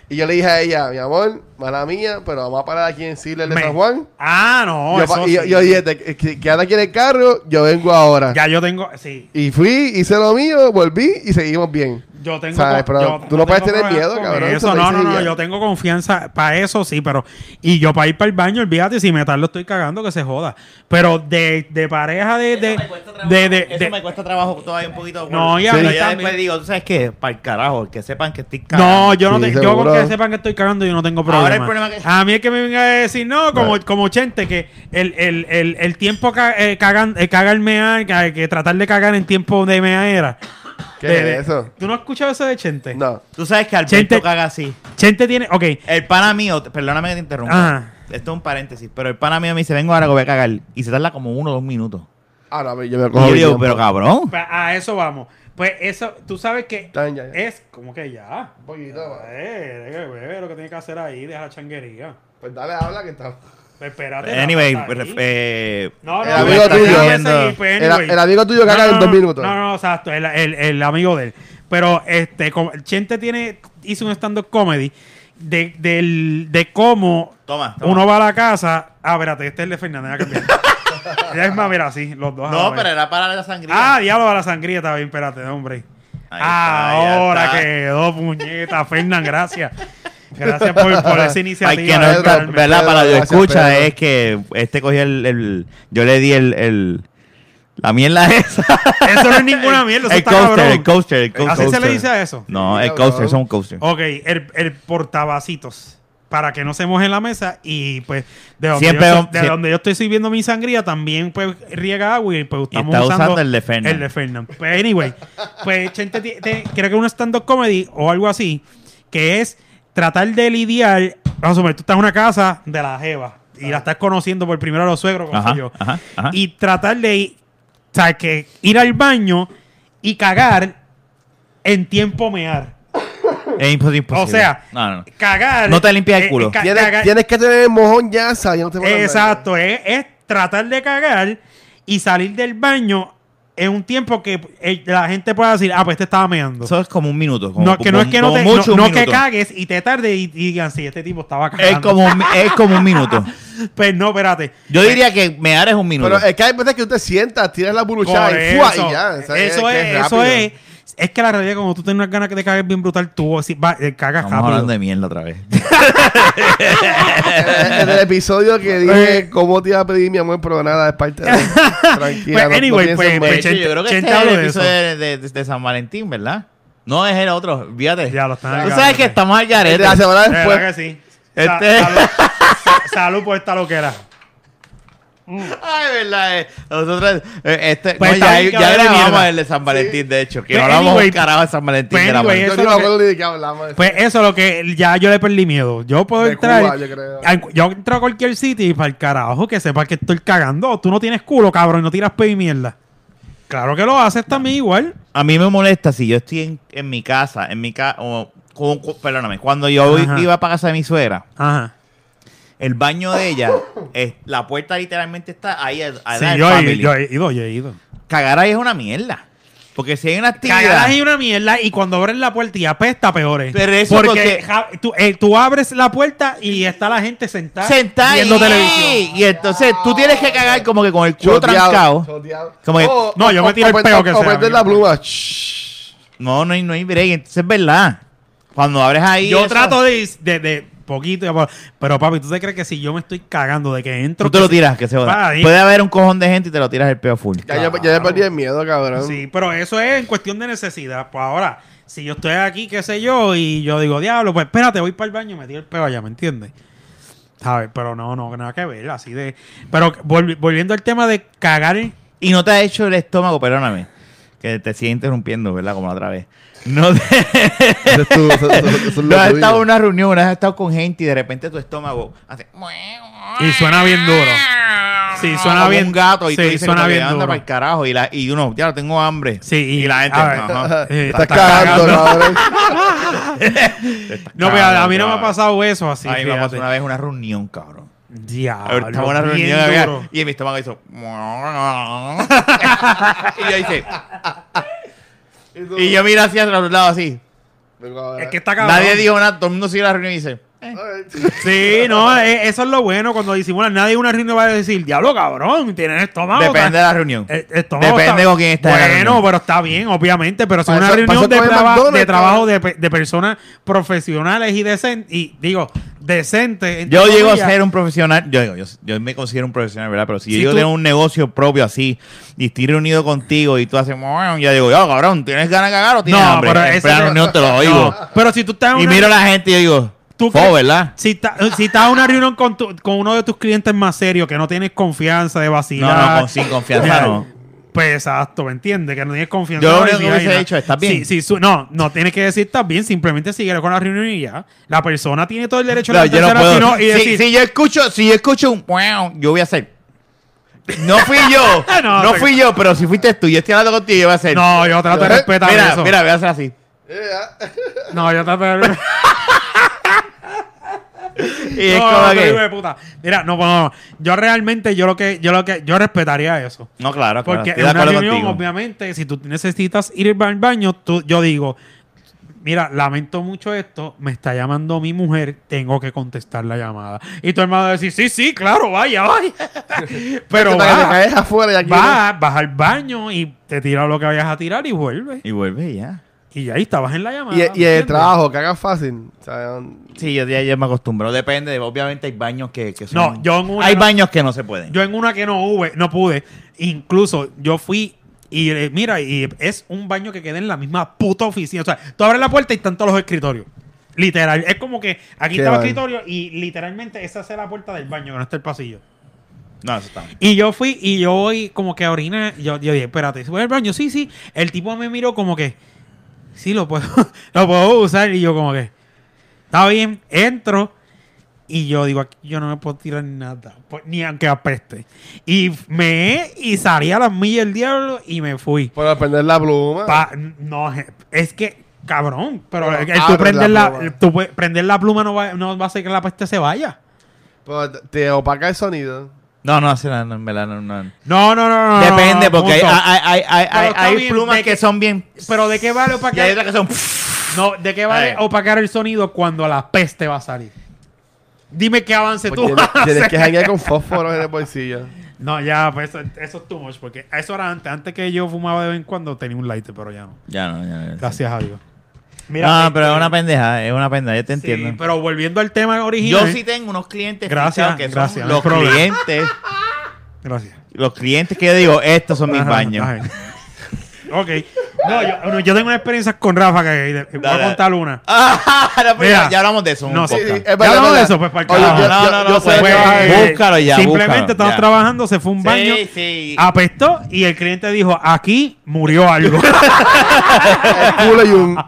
S3: Y yo le dije a ella, mi amor, mala mía, pero vamos a parar aquí en Siles de
S2: Me-
S3: San Juan.
S2: Ah, no.
S3: yo,
S2: eso
S3: pa- y yo-
S2: sí.
S3: yo dije, "Te- que- quédate aquí en el carro, yo vengo ahora.
S2: Ya yo tengo. Sí.
S3: Y fui, hice lo mío, volví y seguimos bien.
S2: Yo tengo.
S3: ¿Sabes?
S2: co-
S3: Pero
S2: yo-
S3: tú no puedes
S2: tengo
S3: tener
S2: problemas
S3: miedo,
S2: con
S3: cabrón, eso
S2: Eso,
S3: te
S2: no,
S3: dice
S2: no, no.
S3: ya.
S2: Yo tengo confianza para eso, sí, pero. Y yo para ir para el baño, olvídate, si me tardo estoy cagando, que se joda. Pero de, de pareja, de. de,
S1: Eso me cuesta trabajo,
S2: de, de-
S1: eso
S2: de-
S1: me cuesta trabajo todavía un poquito.
S2: No, y a
S1: pero
S2: mí
S1: ya
S2: también.
S1: después digo, ¿tú sabes qué? Para el carajo, que sepan que estoy
S2: No,
S1: cagando.
S2: yo no
S3: Sí,
S2: te- yo
S3: seguro.
S2: con que sepan que estoy cagando yo no tengo problema.
S1: Ahora el problema que-
S2: A mí es que me venga a decir, no, como,
S3: Vale.
S2: como gente, que el, el, el, el tiempo ca- eh, cagan, eh, cagar mear, ca- que tratar de cagar en tiempo de meadera.
S3: ¿Qué
S2: De-
S3: es
S2: de-
S3: eso?
S2: ¿Tú no has escuchado eso de Chente?
S3: No.
S1: Tú sabes que Alberto
S2: Gente-
S1: caga así.
S2: Chente tiene, ok,
S1: El pana mío, te- perdóname que te interrumpa.
S2: Ajá.
S1: Esto es un paréntesis, pero el pana mío me dice, vengo ahora que voy a cagar. Y se tarda como uno o dos minutos.
S3: Ahora yo me
S2: Oh,
S1: Y
S3: cojo.
S1: yo
S3: mi
S1: digo,
S3: tiempo.
S1: pero cabrón.
S2: pa- a eso vamos. Pues eso, tú sabes que
S3: Está bien, ya, ya.
S2: es como que ya.
S3: Un poquito, va.
S2: Eh, deja de beber, lo que tiene que hacer ahí, deja la changuería.
S3: Pues dale, habla que está.
S2: Pues espérate.
S1: Anyway,
S2: la-
S1: ref-
S2: ahí.
S1: eh,
S2: No, no,
S3: El
S2: no,
S3: amigo
S2: está
S3: tuyo.
S2: bien, sí, pues,
S3: El,
S2: anyway.
S3: el amigo tuyo caga en dos minutos.
S2: No, no, exacto, el, el- el amigo de él. Pero este, como- Chente tiene, hizo un stand-up comedy de, del- de cómo
S1: Toma, toma.
S2: uno va a la casa. Ah, espérate, este es el de Fernández. déjame cambiar. Ya es más, mira, sí, los dos. ah, a
S1: no,
S2: la
S1: pero
S2: vez.
S1: era para la sangría.
S2: Ah, diablo a la sangría, está bien, espérate, hombre.
S1: Ahí está, ya
S2: Ahora
S1: está.
S2: quedó, puñeta, Fernán, gracias. Gracias por, por esa
S1: Hay
S2: iniciativa.
S1: que no,
S2: de
S3: Pedro,
S2: Carmen.
S1: ¿verdad?
S3: Pedro,
S1: para la
S3: gracias,
S1: escucha
S3: Pedro.
S1: es que este cogió el, el- yo le di el, el la mierda esa.
S2: Eso no es ninguna mierda, eso
S1: el
S2: está
S1: coaster,
S2: cabrón.
S1: el coaster, el coaster.
S2: Así se le dice a eso. Oh.
S1: No,
S3: Sí,
S1: el
S3: cabrón.
S1: coaster, son coaster.
S2: Ok, el, el portavacitos. Para que no se moje la mesa y pues de donde,
S1: Siempre
S2: yo,
S1: un-
S2: estoy- de
S1: sie-
S2: donde yo estoy sirviendo mi sangría también pues riega agua y pues
S1: Y
S2: estamos
S1: está
S2: usando,
S1: usando el de Fernan.
S2: El de Fernan. Pues anyway, pues Chente ti- te- creo que es un stand-up comedy o algo así que es tratar de lidiar, vamos a suponer, tú estás en una casa de la jeva y la estás conociendo por primero a los suegros como
S1: Ajá,
S2: soy yo
S1: ajá, ajá.
S2: y tratar de ir, o sea, que ir al baño y cagar en tiempo mear.
S1: es impos- imposible.
S2: O sea,
S1: no, no.
S2: cagar.
S1: No te limpia el
S2: eh,
S1: culo.
S2: eh, ca-
S3: Tienes,
S2: cagar-
S3: tienes que tener el mojón ya sabiendo
S2: exacto, es, es tratar de cagar y salir del baño en un tiempo que eh, la gente pueda decir, ah, pues te estaba meando.
S1: Eso es como un minuto. como-
S2: no, que no es
S1: como-
S2: que no,
S1: como
S2: te,
S1: mucho
S2: no,
S1: un
S2: no que
S1: minuto.
S2: cagues y te tarde y, y digan, sí, este tipo estaba cagando.
S1: Es como, un- es como un minuto.
S2: Pues no, espérate.
S1: Yo diría que mear es un minuto.
S3: Pero
S2: eh,
S3: es que hay veces que tú te sientas, tiras la
S2: Por
S3: buruchada y, ¡fua! y ya.
S2: eso,
S3: O sea,
S2: eso
S3: que
S2: es, eso
S3: rápido.
S2: es. Es que la realidad, cuando tú tienes unas ganas que te cagues bien brutal, tú así, va, eh, cagas
S1: Estamos
S2: rápido.
S1: hablando de mierda otra vez.
S3: En en el episodio que dije cómo te iba a pedir mi amor, pero nada, es parte de. Tranquila.
S2: Pues, anyway,
S3: pienses
S2: pues, pues,
S3: en mí.
S1: De hecho,
S2: Chente-
S1: yo creo que
S2: Chente
S1: este es
S2: habló
S1: el
S2: de
S1: episodio
S2: eso.
S1: de, de- de San Valentín, ¿verdad? No es el otro, fíjate.
S2: Ya lo están al
S1: Tú sabes
S2: garete.
S1: que estamos al
S3: El
S1: garete.
S3: de la semana
S2: este, De
S3: Este, después.
S2: verdad que sí.
S1: Este-
S2: Sa- salud, sa- salud por esta loquera.
S1: Ay, verdad. eh. Nosotros, eh, este,
S2: Pues
S1: no,
S2: está
S1: ya,
S2: bien,
S1: ya
S2: cabrón,
S1: grabamos
S2: mierda.
S1: el de San Valentín, de hecho. Que
S2: Pues,
S1: no hablamos
S2: anyway,
S1: un carajo de San Valentín.
S2: pues,
S1: de la
S2: anyway,
S1: muerte.
S3: Yo
S2: eso
S3: no
S2: es
S3: me
S2: lo
S3: acuerdo ni de qué hablamos.
S2: Pues eso es lo que ya yo le perdí miedo. Yo puedo
S3: De
S2: entrar.
S3: Cuba, yo creo.
S2: a- yo entro a cualquier sitio y para el carajo que sepa que estoy cagando. Tú no tienes culo, cabrón, y no tiras pe y mierda. Claro que lo haces también igual.
S1: A mí me molesta si yo estoy en, en mi casa, en mi casa, perdóname, cuando yo
S2: Ajá.
S1: iba para casa de mi suegra,
S2: Ajá.
S1: el baño de ella, es, la puerta literalmente está ahí al al-
S2: Sí,
S1: al
S2: yo, he,
S1: Ah, family.
S2: yo he ido, yo he ido.
S1: Cagar ahí es una mierda. Porque si hay una actividad...
S2: Cagadas y una mierda y cuando abres la puerta y apesta peores.
S1: Pero eso
S2: porque,
S1: porque-
S2: ja- tú, eh, tú abres la puerta y está la gente sentada
S1: sentada
S2: viendo
S1: y,
S2: televisión.
S1: y entonces tú tienes que cagar como que con el culo trancado. Como que-
S3: Oh,
S2: no, yo me tiro el peo que
S3: O
S2: sea,
S3: perder
S2: amigo.
S3: la pluma. Shhh.
S1: No, no hay, no hay break. Entonces es verdad. Cuando abres ahí.
S2: Yo
S1: eso-
S2: trato de, de, de poquito, y a po- pero papi, ¿tú te crees que si yo me estoy cagando de que entro?
S1: Tú te
S2: que
S1: lo
S2: sí-
S1: tiras, que se joda.
S2: Pa, y-
S1: Puede haber un cojón de gente y te lo tiras el peo full.
S3: Ya, yo- ya me perdí el miedo, cabrón.
S2: Sí, pero eso es en cuestión de necesidad. Pues ahora, si yo estoy aquí, qué sé yo, y yo digo, diablo, pues espérate, voy para el baño y me tiro el peo allá, ¿me entiendes? ¿Sabes? Pero no, no, nada que ver, así de... Pero volvi- volviendo al tema de cagar en-
S1: Y no te ha hecho el estómago, perdóname. Que te sigue interrumpiendo, ¿verdad? Como la otra vez. No, te-
S3: Eso es tu- eso- eso- eso es
S1: no
S3: lo
S1: has
S3: tuyo.
S1: estado en una reunión, no has estado con gente y de repente tu estómago hace.
S2: Y suena bien duro. Sí, suena
S1: como
S2: bien.
S1: un gato y
S2: sí,
S1: tú dices
S2: suena
S1: como que
S2: bien
S1: anda
S2: duro.
S1: para el carajo y, la, y uno, ya tengo hambre.
S2: Sí, y-
S1: y, la gente.
S2: a ver.
S1: ajá.
S2: Eh,
S3: Estás
S2: está
S3: cagando,
S2: cagando.
S3: cabrón.
S2: No, pero a mí no me ha pasado eso así.
S1: a mí me
S2: fíjate.
S1: pasó una vez una reunión, cabrón.
S2: Diablo.
S1: Ahorita una
S2: bien
S1: reunión había-
S2: duro.
S1: y en mi estómago hizo. y yo hice. Y yo mira hacia otro lado así.
S2: Es que está cabrón.
S1: Nadie dijo nada, todo el mundo sigue la reunión y dice. eh.
S2: Sí, no, e- eso es lo bueno. Cuando disimulan, nadie en una reunión va a decir, diablo, cabrón, tienes estómago.
S1: Depende de
S2: está-
S1: la reunión.
S2: el- el estómago
S1: depende con quién está en la
S2: Bueno, pues,
S1: reunión.
S2: pero está bien, obviamente. Pero es
S3: Para
S2: una
S3: eso- para
S2: reunión
S3: eso
S2: de,
S3: comen
S2: traba-
S3: McDonald's,
S2: de trabajo de, pe- de personas profesionales y decentes. Y digo, decentes. entre
S1: Yo llego a
S2: comillas.
S1: ser un profesional, yo digo, yo, yo me considero un profesional, ¿verdad? Pero si,
S2: Si
S1: yo
S2: tú-
S1: tengo un negocio propio así y estoy reunido contigo y tú haces, "Muah", ya digo, yo, cabrón, ¿tienes ganas de cagar o tienes
S2: No,
S1: hambre?
S2: pero
S1: en
S2: ese
S1: plena
S2: no-
S1: reunión te lo
S2: No,
S1: oigo.
S2: pero si tú estás en
S1: Y
S2: una-
S1: miro a la gente y yo digo,
S2: ¿Tú
S1: tú,
S2: crees-
S1: ¿verdad?
S2: Si, está- si estás en una reunión con, tu- con uno de tus clientes más serios que no tienes confianza de vacilar.
S1: No, no, con- sin confianza no.
S2: Pues exacto, ¿me entiendes? Que no tienes confianza.
S1: Yo lo
S2: en la
S1: único que
S2: vacilar y
S1: hubiese
S2: nada.
S1: dicho, ¿estás bien?
S2: Sí, sí, su- no, no tienes que decir estás bien, simplemente sigue con la reunión y ya. La persona tiene todo el derecho
S1: No,
S2: de
S1: yo no
S2: levantarse a las
S1: puedo.
S2: sino- y
S1: si,
S2: decir.
S1: si yo escucho, si yo escucho un "Muah", yo voy a hacer. No fui yo,
S2: No,
S1: no,
S2: te-
S1: fui yo, pero si fuiste tú, yo estoy hablando contigo, yo voy a hacer.
S2: No, yo trato de
S3: Mira,
S2: respetar
S1: mira,
S2: eso.
S1: mira, voy a hacer así.
S2: No, yo trato de respetar.
S1: Y es
S2: no,
S1: como
S2: no,
S1: que-
S2: hijo de puta. Mira, no, no, no. Yo realmente, yo lo que, yo lo que, yo respetaría eso.
S1: No, Ah, claro, claro,
S2: Porque
S1: estoy
S2: en
S1: de
S2: una
S1: acuerdo
S2: reunión,
S1: contigo.
S2: obviamente, si tú necesitas ir al baño, tú, yo digo, mira, lamento mucho esto, me está llamando mi mujer, tengo que contestar la llamada. Y tu hermano va a decir, sí, sí, claro, vaya, vaya. Pero
S3: Para que te
S2: va,
S3: caes afuera y aquí.
S2: va, vas al baño y te tiras lo que vayas a tirar y vuelves.
S1: Y vuelve y ya.
S2: Y ya ahí estabas en la llamada.
S3: Y, y el
S2: ¿entiendes?
S3: trabajo, que hagan fácil. O sea, un-
S1: Sí, yo ya, ya me acostumbro. Depende, obviamente hay baños que, que son.
S2: No, yo en una
S1: Hay
S2: no-
S1: baños que no se pueden.
S2: Yo en una que no hube, no pude. Incluso yo fui y eh, mira, y es un baño que queda en la misma puta oficina. O sea, tú abres la puerta y están todos los escritorios. Literal. Es como que aquí
S3: Qué
S2: estaba el
S3: mal.
S2: escritorio y literalmente esa es la puerta del baño, que no está el pasillo.
S1: No, eso está. mal.
S2: Y yo fui y yo voy como que a orinar. Yo, yo dije, espérate, ¿se puede el baño? Sí, sí. El tipo me miró como que, sí, lo puedo, lo puedo usar. Y yo como que, está bien, entro. Y yo digo, aquí yo no me puedo tirar nada, pues, ni aunque apeste. Y me y salí a las millas del diablo y me fui.
S3: Por aprender la pluma.
S2: Pa- no, je- es que, cabrón, pero
S3: Pero
S2: el, el tú
S3: abre
S2: prender
S3: la
S2: la,
S3: pluma.
S2: el tú pu- prender la pluma no va, no va a hacer que la peste se vaya.
S3: Pero te- te opaca el sonido.
S1: No, no, sí, no, no, en verdad, no, no.
S2: No, no, no, no.
S1: Depende,
S2: no,
S1: porque hay,
S2: punto.
S1: hay, hay, hay,
S2: Pero
S1: hay-
S2: está
S1: hay
S2: bien,
S1: plumas
S2: de
S1: que,
S2: que-
S1: son bien.
S2: Pero de qué vale
S1: Y hay
S2: opacar.
S1: otras que son.
S2: No, ¿de qué vale
S1: Ay.
S2: opacar el sonido cuando la peste va a salir? Dime qué avance
S3: Pues
S2: tú
S3: tienes,
S2: vas a
S3: tienes que
S2: hacer.
S3: janguear con fósforos en el bolsillo.
S2: No, ya, pues eso, eso es too much, porque eso era antes. Antes que yo fumaba de vez en cuando tenía un lighter, pero ya no.
S1: Ya no, ya no.
S2: Gracias a Dios.
S1: no, pero es una pendeja, es una pendeja, yo te
S2: eh, Sí,
S1: entiendo.
S2: pero volviendo al tema
S1: yo
S2: original.
S1: sí tengo unos clientes
S2: Gracias,
S1: fichados que son
S2: gracias, no hay
S1: los
S2: problema.
S1: clientes,
S2: Gracias.
S1: los clientes que yo digo, estos son mis
S2: Ajá,
S1: baños.
S2: ajá. ok. No, yo, bueno, yo tengo una experiencia con Rafa que que voy
S1: Dale,
S2: a
S1: dale.
S2: contar una.
S1: Ah, no, pues
S2: Mira.
S1: ya, ya hablamos de eso. en
S2: No,
S1: un
S2: sí,
S1: podcast.
S2: sí, Ya hablamos de eso, pues, para el
S3: Oye,
S2: carajo.
S3: yo-
S1: No,
S3: yo-
S1: no, no,
S3: yo
S1: pues,
S3: sé
S1: pues,
S3: que-
S2: eh,
S1: búscalo ya,
S2: Simplemente
S1: búscalo,
S2: estamos
S1: ya.
S2: trabajando, se fue a un baño.
S1: Sí, sí.
S2: apestó y el cliente dijo, aquí murió algo.
S3: el culo y un.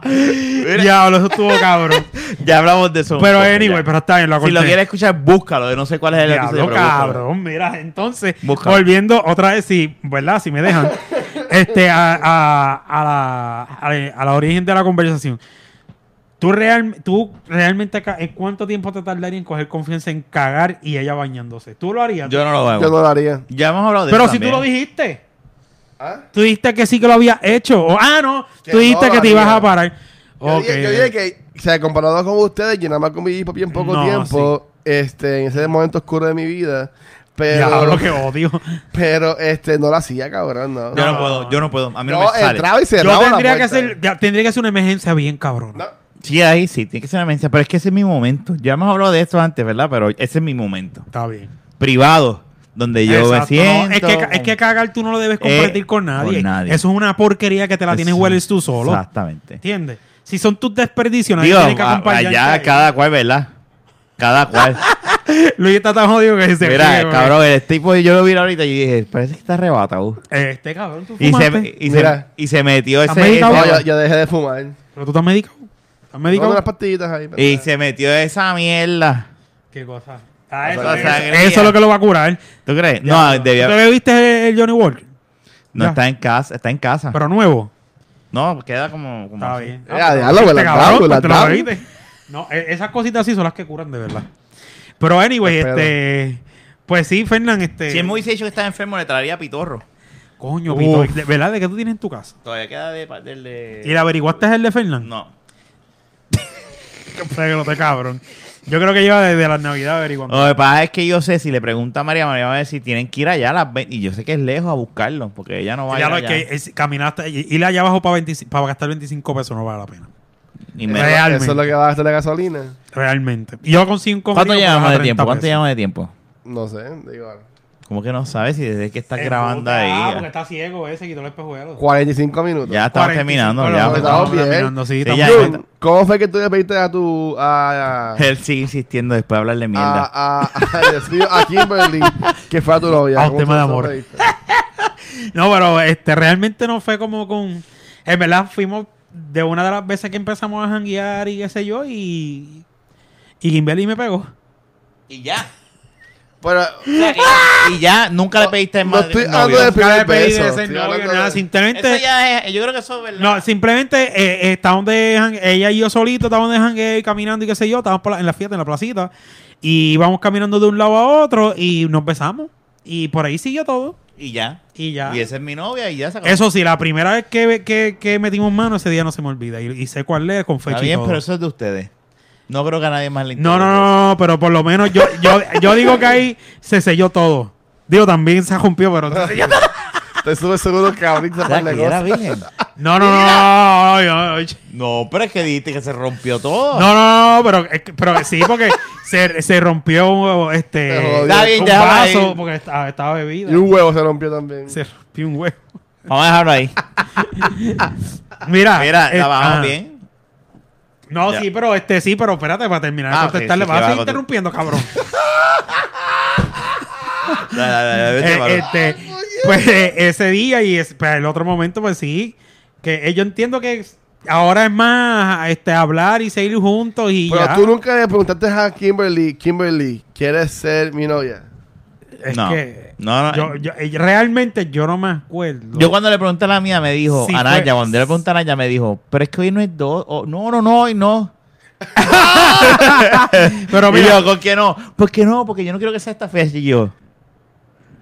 S2: Diablo, eso estuvo cabrón.
S1: Ya hablamos de eso. en un
S2: pero
S1: podcast,
S2: anyway,
S1: ya.
S2: pero está bien, lo
S1: pues, Si lo
S2: corté.
S1: quieres escuchar, búscalo. Yo no sé cuál es el
S2: Diablo,
S1: episodio. pero búscalo.
S2: cabrón, mira, entonces,
S1: Búscalo.
S2: volviendo otra vez, si, ¿verdad? Si me dejan, este, a, a- a la, a la- a la origen de la conversación. ¿Tú, real, tú realmente, ca- ¿en cuánto tiempo te tardaría en coger confianza en cagar y ella bañándose? ¿Tú lo harías?
S1: Yo no lo hago.
S3: Yo no lo haría.
S1: Ya hemos hablado de
S2: pero
S1: eso
S2: si tú
S1: también.
S2: lo dijiste.
S3: ¿Ah?
S2: Tú dijiste que sí que lo había hecho. O, ah, no.
S3: Que
S2: tú dijiste
S3: no,
S2: que te ibas a
S3: Daniel.
S2: parar.
S3: Yo,
S2: Ok.
S3: dije, yo dije que, o sea, comparado con ustedes, yo nada más con mi hijo bien poco
S2: No,
S3: tiempo, este, en ese momento oscuro de mi vida, pero,
S2: Diablo, que odio.
S3: pero este, no lo hacía, cabrón, no.
S1: Yo no,
S2: No.
S1: puedo, yo no puedo. A mí no,
S3: No,
S1: me sale.
S3: entraba y cerraba
S2: Yo
S3: la
S2: tendría que,
S3: puerta.
S2: hacer, ya, tendría que hacer una emergencia bien cabrón.
S3: No.
S1: Sí, ahí sí, tiene que ser una emergencia. Pero es que ese es mi momento. Ya hemos hablado de esto antes, ¿verdad? Pero ese es mi momento.
S2: Está bien.
S1: Privado. Donde yo
S2: Exacto,
S1: me
S2: no,
S1: siento.
S2: es, que, ca- es que cagar tú no lo debes compartir
S1: Eh,
S2: con, nadie.
S1: con nadie.
S2: Eso es una porquería que te la tienes
S1: Eso-
S2: hueles tú solo.
S1: Exactamente.
S2: ¿Entiendes? Si son tus desperdicios, nadie
S1: Digo,
S2: tiene que
S1: a-
S2: acompañar.
S1: allá cada cual, ¿verdad? Cada cual.
S2: Luis está tan jodido que se
S1: Mira,
S2: ríe,
S1: cabrón, el tipo, yo lo vi ahorita y dije, parece que está arrebatado.
S2: güey. Este cabrón, tú
S1: Y se,
S2: fumaste.
S1: y, se,
S3: Mira.
S1: y se metió
S2: ¿Estás
S1: ese.
S2: medicado?
S1: ese-
S3: No, yo, yo dejé de fumar.
S2: Pero tú estás médico. ¿Estás
S3: Digo,
S2: médico?
S3: unas pastillitas ahí. pero-
S1: y se metió esa mierda.
S2: ¿Qué cosa? Ah, eso,
S3: La
S2: eso-
S1: sangre.
S2: eso es lo que lo va a curar.
S1: ¿Tú crees?
S2: Ya,
S1: no, debía.
S2: ¿Tú le viste el Johnny Walker?
S1: No
S2: Ya.
S1: está en casa, está en casa.
S2: Pero nuevo.
S1: no, queda como. como
S2: Está
S1: así.
S2: bien.
S3: Eh, diablo,
S2: este
S3: me la
S2: cabrón,
S3: damos, me la
S2: pues te lo
S3: damos.
S2: bebiste. No, e- esas cositas así son las que curan de verdad. Pero anyway,
S3: Espero.
S2: este. Pues sí, Fernán, este.
S1: Si él me hubiese dicho que estaba enfermo, le traería pitorro.
S2: Coño,
S3: Uf.
S2: Pito, ¿de- ¿verdad? ¿De qué tú tienes en tu casa?
S1: Todavía queda de, del de...
S2: ¿Y le averiguaste el de Fernán?
S1: No.
S2: Pero te cabrón. Yo creo que lleva desde la Navidad averiguando.
S1: Lo que pasa es que yo sé, si le pregunta a María, María va a decir, tienen que ir allá a las 20. Y yo sé que es lejos a buscarlo, porque ella no va
S2: ya
S1: a
S2: lo
S1: ir allá.
S2: que es, caminaste, y- ir allá abajo para, 25 para gastar 25 pesos no vale la pena.
S1: Ni
S3: Eso-
S1: me-
S2: Real. Realmente.
S3: Eso es lo que va a gastar la gasolina.
S2: Realmente. Y yo consigo un
S1: ¿Cuánto
S2: conmigo que
S1: llevamos
S2: baja
S1: de
S2: 30
S1: tiempo? ¿Cuánto
S2: pesos.
S1: llevamos de tiempo?
S3: No sé, digo.
S1: Como que no sabes si desde que estás
S2: Eh,
S1: grabando
S2: puta, Ah,
S1: ahí.
S2: porque
S1: Ya,
S2: está ciego ese, quitó el espejuelo.
S3: 45 minutos.
S1: Ya estamos
S2: 45,
S1: terminando.
S2: pero
S1: Ya,
S3: no,
S1: pues,
S3: no.
S1: estamos-
S2: estamos
S3: bien.
S2: terminando, sí,
S1: Sí,
S2: estamos-
S1: ya-
S3: Jun, ¿Cómo fue que tú le pediste a tu. a. a.
S1: Él sigue insistiendo después de
S3: Ah,
S1: hablarle mierda.
S3: a, a, a- Dios mío, a Kimberly, que fue a tu novia?
S2: A un
S3: ¿Cómo
S2: tema
S3: tú
S2: de
S3: se lo
S2: amor.
S3: pediste?
S2: No, pero este, realmente no fue como con. En verdad, fuimos de una de las veces que empezamos a janguear y qué sé yo, y. Y Kimberly me pegó.
S1: Y ya.
S3: Pero.
S1: O sea, que- y ya, nunca le pediste
S3: ah. No
S1: más.
S3: estoy
S1: novio.
S3: hablando
S2: Nunca
S3: de
S2: le
S3: primer
S2: pedí de
S3: beso.
S2: ser
S3: estoy
S2: novio,
S3: hablando
S2: nada,
S3: de-
S2: simplemente.
S1: Eso ya es, yo creo que eso es verdad.
S2: No, simplemente eh, eh, estábamos de jan- ella y yo solito, estábamos de jangueo y caminando y qué sé yo, estábamos por la- en la fiesta, en la placita, y íbamos caminando de un lado a otro y nos besamos. Y por ahí siguió todo.
S1: Y ya.
S2: Y ya.
S1: Y esa es mi novia y ya se acabó.
S2: Eso sí, la primera vez que, que, que metimos mano ese día no se me olvida. Y, y sé cuál es, con fecha
S1: Está
S2: y
S1: bien,
S2: todo.
S1: pero eso es de ustedes. No creo que a nadie más le
S2: No, no, no, no, pero por lo menos yo, yo, yo digo que ahí se selló todo. Digo, también se rompió, pero se selló todo.
S3: Te sube seguro que ahorita
S1: O sea,
S3: para
S1: Ah, que era virgen.
S2: No, no, no, no, no, no,
S1: No, pero es que dijiste que se rompió todo.
S2: no, no, no, pero, es que- pero sí, porque se, se rompió
S3: Te
S2: este
S3: jodió.
S1: Está bien,
S2: un
S1: déjalo
S2: vaso,
S1: ahí.
S2: porque estaba, estaba bebida.
S3: Y un huevo se rompió también.
S2: Se rompió un huevo.
S1: Vamos a dejarlo ahí.
S2: Mira,
S1: Mira,
S2: eh,
S1: la bajamos
S2: ajá.
S1: bien.
S2: No,
S1: Ya.
S2: sí, pero este, sí, pero espérate, para terminar de
S1: Ah, ok,
S2: contestarle,
S1: sí, que
S2: vas a
S1: va
S2: seguir
S1: a contestar.
S2: interrumpiendo, cabrón.
S1: Dale, dale, dale, vete,
S2: Eh,
S1: Maru.
S2: este, pues eh, ese día y es- pues, el otro momento, pues sí, que eh, yo entiendo que es- ahora es más este hablar y seguir juntos y
S3: Pero
S2: ya.
S3: tú nunca le preguntaste a Kimberly, Kimberly, ¿quieres ser mi novia?
S2: Es
S1: No.
S2: que
S1: No, no.
S2: yo- yo- eh, realmente yo no me acuerdo.
S1: Yo cuando le pregunté a la mía me dijo,
S2: Sí,
S1: a Naya,
S2: fue-
S1: cuando yo le pregunté a Naya me dijo, pero es que hoy no es dos, o- no, no, no, hoy no.
S2: pero
S1: y
S2: mira,
S1: yo, ¿con qué no? ¿Por qué no? Porque yo no quiero que sea esta fecha. Y yo,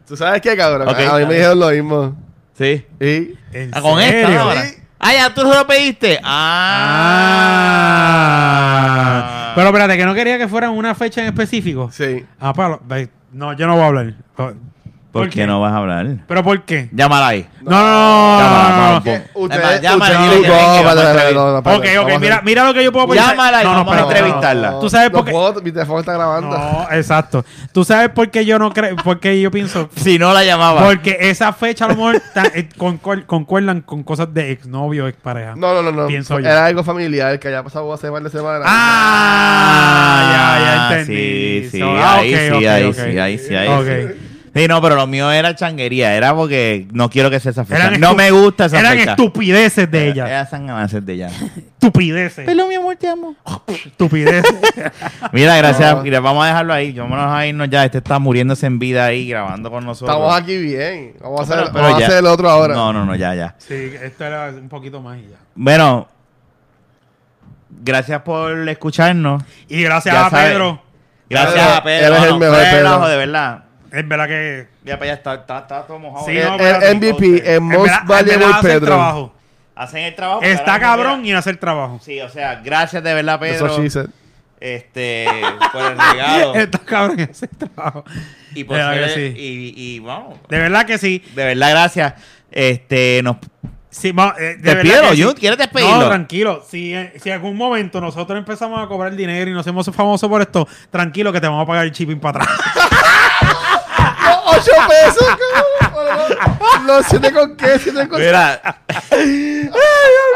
S3: ¿Tú sabes qué, cabrón?
S1: Ok,
S3: a mí me
S1: dale.
S3: dijeron lo mismo.
S1: sí.
S3: ¿Y?
S2: ¿en
S1: Ah, con esta
S2: serio?
S1: ahora. Ah, ya, tú se lo pediste. Ah.
S2: Ah. Pero espérate, que no quería que fuera una fecha en específico.
S3: Sí.
S2: Ah, palo, ve, no, yo no voy a hablar. ¿Por,
S1: ¿Por qué no vas a hablar?
S2: ¿Pero por qué?
S1: Llámala ahí.
S2: No, no,
S1: Llámala,
S2: no, no, no,
S1: Ah, vamos.
S2: no.
S3: ¿Qué?
S1: No,
S3: Ustedes-
S1: llámala,
S3: ustedes-
S1: dile que venga,
S3: No, espérate,
S1: vamos a
S3: espérate,
S1: entrevistar.
S3: no, no,
S2: Ah. Ok,
S3: espérate,
S2: ok,
S3: vamos a-
S2: mira, mira lo que yo puedo pensar.
S1: Llámala y
S2: No, no,
S1: vamos a
S2: espérate, no, no.
S1: entrevistarla.
S2: Tú sabes
S3: no
S2: por qué-
S3: puedo, mi teléfono está grabando.
S2: No, exacto. ¿Tú sabes por qué yo no creo? ¿Por qué yo pienso?
S1: Si no la llamaba.
S2: Porque esa fecha a lo mejor ta- eh, concuer- concuerdan con cosas de exnovio, expareja.
S3: No, no, no, no.
S2: Pienso yo.
S3: Era algo familiar que haya pasado hace par de semanas.
S2: Ah, ya, ya entendí.
S1: Sí, sí,
S2: So, ah,
S1: ahí
S2: ok,
S1: sí,
S2: ok,
S1: ahí
S2: ok.
S1: sí, ahí sí, ahí
S2: Ok.
S1: sí. Sí, no, pero lo mío era changuería. Era porque no quiero que sea esa fecha.
S2: Eran
S1: no
S2: estu-
S1: me gusta esa
S2: Eran
S1: fecha. Eh,
S2: estupideces de
S1: Era-
S2: ella.
S1: Eran sanganaces de ella.
S2: Estupideces.
S1: Pero mi amor, te amo.
S2: Estupideces.
S1: Mira, gracias.
S3: No.
S1: mira, vamos a dejarlo ahí. Vámonos a irnos ya. Este está muriéndose en vida ahí grabando con nosotros.
S3: Estamos aquí bien. Vamos a hacer,
S1: Pero- pero
S3: vamos a
S1: ya.
S3: hacer el otro ahora.
S1: No, no, no, ya, ya.
S2: sí, esto era un poquito más y ya.
S1: Bueno, gracias por escucharnos.
S2: Y gracias
S1: Ya
S2: a
S1: sabe.
S2: Pedro.
S1: Gracias
S3: Pedro,
S1: a Pedro.
S3: eres el
S1: mano.
S3: mejor, Pedro.
S1: ajo, de verdad.
S2: Es verdad que.
S1: Mira, para allá está, está, está todo mojado.
S2: Sí,
S3: El,
S2: no,
S3: Eh, el
S1: eh,
S2: espérate.
S3: MVP, el
S2: en
S3: Most
S2: verdad- en
S3: Valuable
S2: verdad hace el
S3: Pedro.
S2: trabajo.
S1: Hacen el trabajo.
S2: Está
S1: carajo,
S2: cabrón
S1: mira.
S2: y hace el trabajo.
S1: Sí, o sea, gracias de verdad,
S3: That's what
S1: Pedro.
S3: she said.
S1: Este, por el regalo.
S2: Está cabrón y hace el trabajo.
S1: y por
S2: De
S1: ser,
S2: verdad Este, que sí.
S1: y, y vamos.
S2: De verdad que sí.
S1: De verdad, gracias. Este, nos
S2: Sí, ma- eh, de verdad
S1: Despídelo,
S2: que sí.
S1: Jun, ¿quieres despedirlo?
S2: No, tranquilo. Si, eh, si en algún momento nosotros empezamos a cobrar dinero y nos hacemos famosos por esto, tranquilo que te vamos a pagar el shipping para atrás.
S3: ¡Oh, ¡Ocho pesos, cabrón! ¿Los siete con qué? ¿Siete con
S1: Mira,
S2: No, no,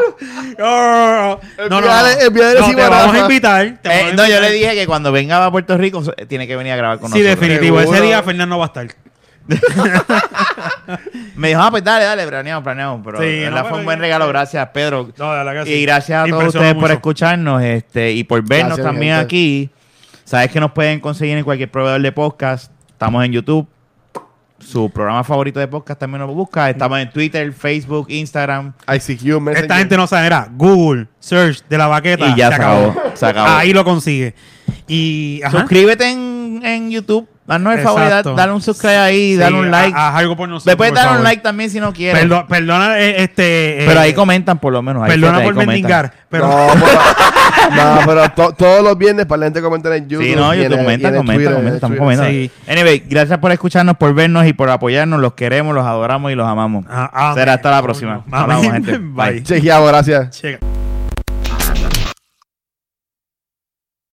S2: no, no. no, no, no.
S3: Enviarle- enviarle
S2: No,
S3: encima
S2: te
S3: a
S2: vamos a
S3: Rafa.
S2: invitar. te
S1: eh,
S2: vamos a
S1: no, yo
S2: invitar.
S1: le dije que cuando venga a Puerto Rico so- tiene que venir a grabar con
S2: Sí,
S1: nosotros.
S2: definitivo. Ese
S3: Seguro.
S2: día Fernando va a estar.
S1: Me dijo, ah, pues dale, dale, planeamos, planeamos. Pero
S2: Sí,
S1: de
S2: no,
S1: verdad
S2: pero
S1: fue
S2: ya-
S1: un buen regalo, gracias, Pedro.
S2: No, de verdad que sí.
S1: Y gracias a todos
S2: Impresionó
S1: ustedes por
S2: mucho.
S1: escucharnos este y por vernos
S3: Gracias,
S1: también
S3: gente.
S1: aquí. Sabes que nos pueden conseguir en cualquier proveedor de podcast. Estamos en YouTube. Su programa favorito de podcast también nos busca. Estamos en Twitter, Facebook, Instagram.
S3: ICQ, Messenger.
S2: Esta gente no sabe, era Google, search de la baqueta.
S1: Y ya se acabó, se acabó.
S2: Ahí lo consigue. Y ajá.
S1: Suscríbete en en YouTube, darnos el favor y
S2: Exacto.
S1: dar- darle un subscribe ahí, darle un like.
S2: Haz algo por nosotros.
S1: Le puedes
S2: por
S1: dar un
S2: favor.
S1: like también si no quieres.
S2: Perdo- perdona, eh, este. eh,
S1: pero ahí comentan por lo menos. ahí
S2: Perdona
S1: ahí
S2: por
S1: comentan.
S2: mendigar. Pero.
S3: No, pero, no, pero to- todos los viernes para la gente comentar en YouTube.
S1: Sí, no,
S3: y en-
S1: YouTube,
S3: y en
S1: comenta,
S3: el
S1: comenta,
S3: Twitter,
S1: comenta,
S3: en el
S1: estamos
S3: Twitter.
S1: comentando.
S2: Sí.
S1: Anyway, gracias por escucharnos, por vernos y por apoyarnos. Los queremos, los adoramos y los amamos.
S2: Ah, ah,
S1: Será hasta la
S2: coño.
S1: próxima.
S2: Amén.
S1: Hablamos, gente.
S2: Bye.
S3: Chequeado, gracias.
S2: Checa.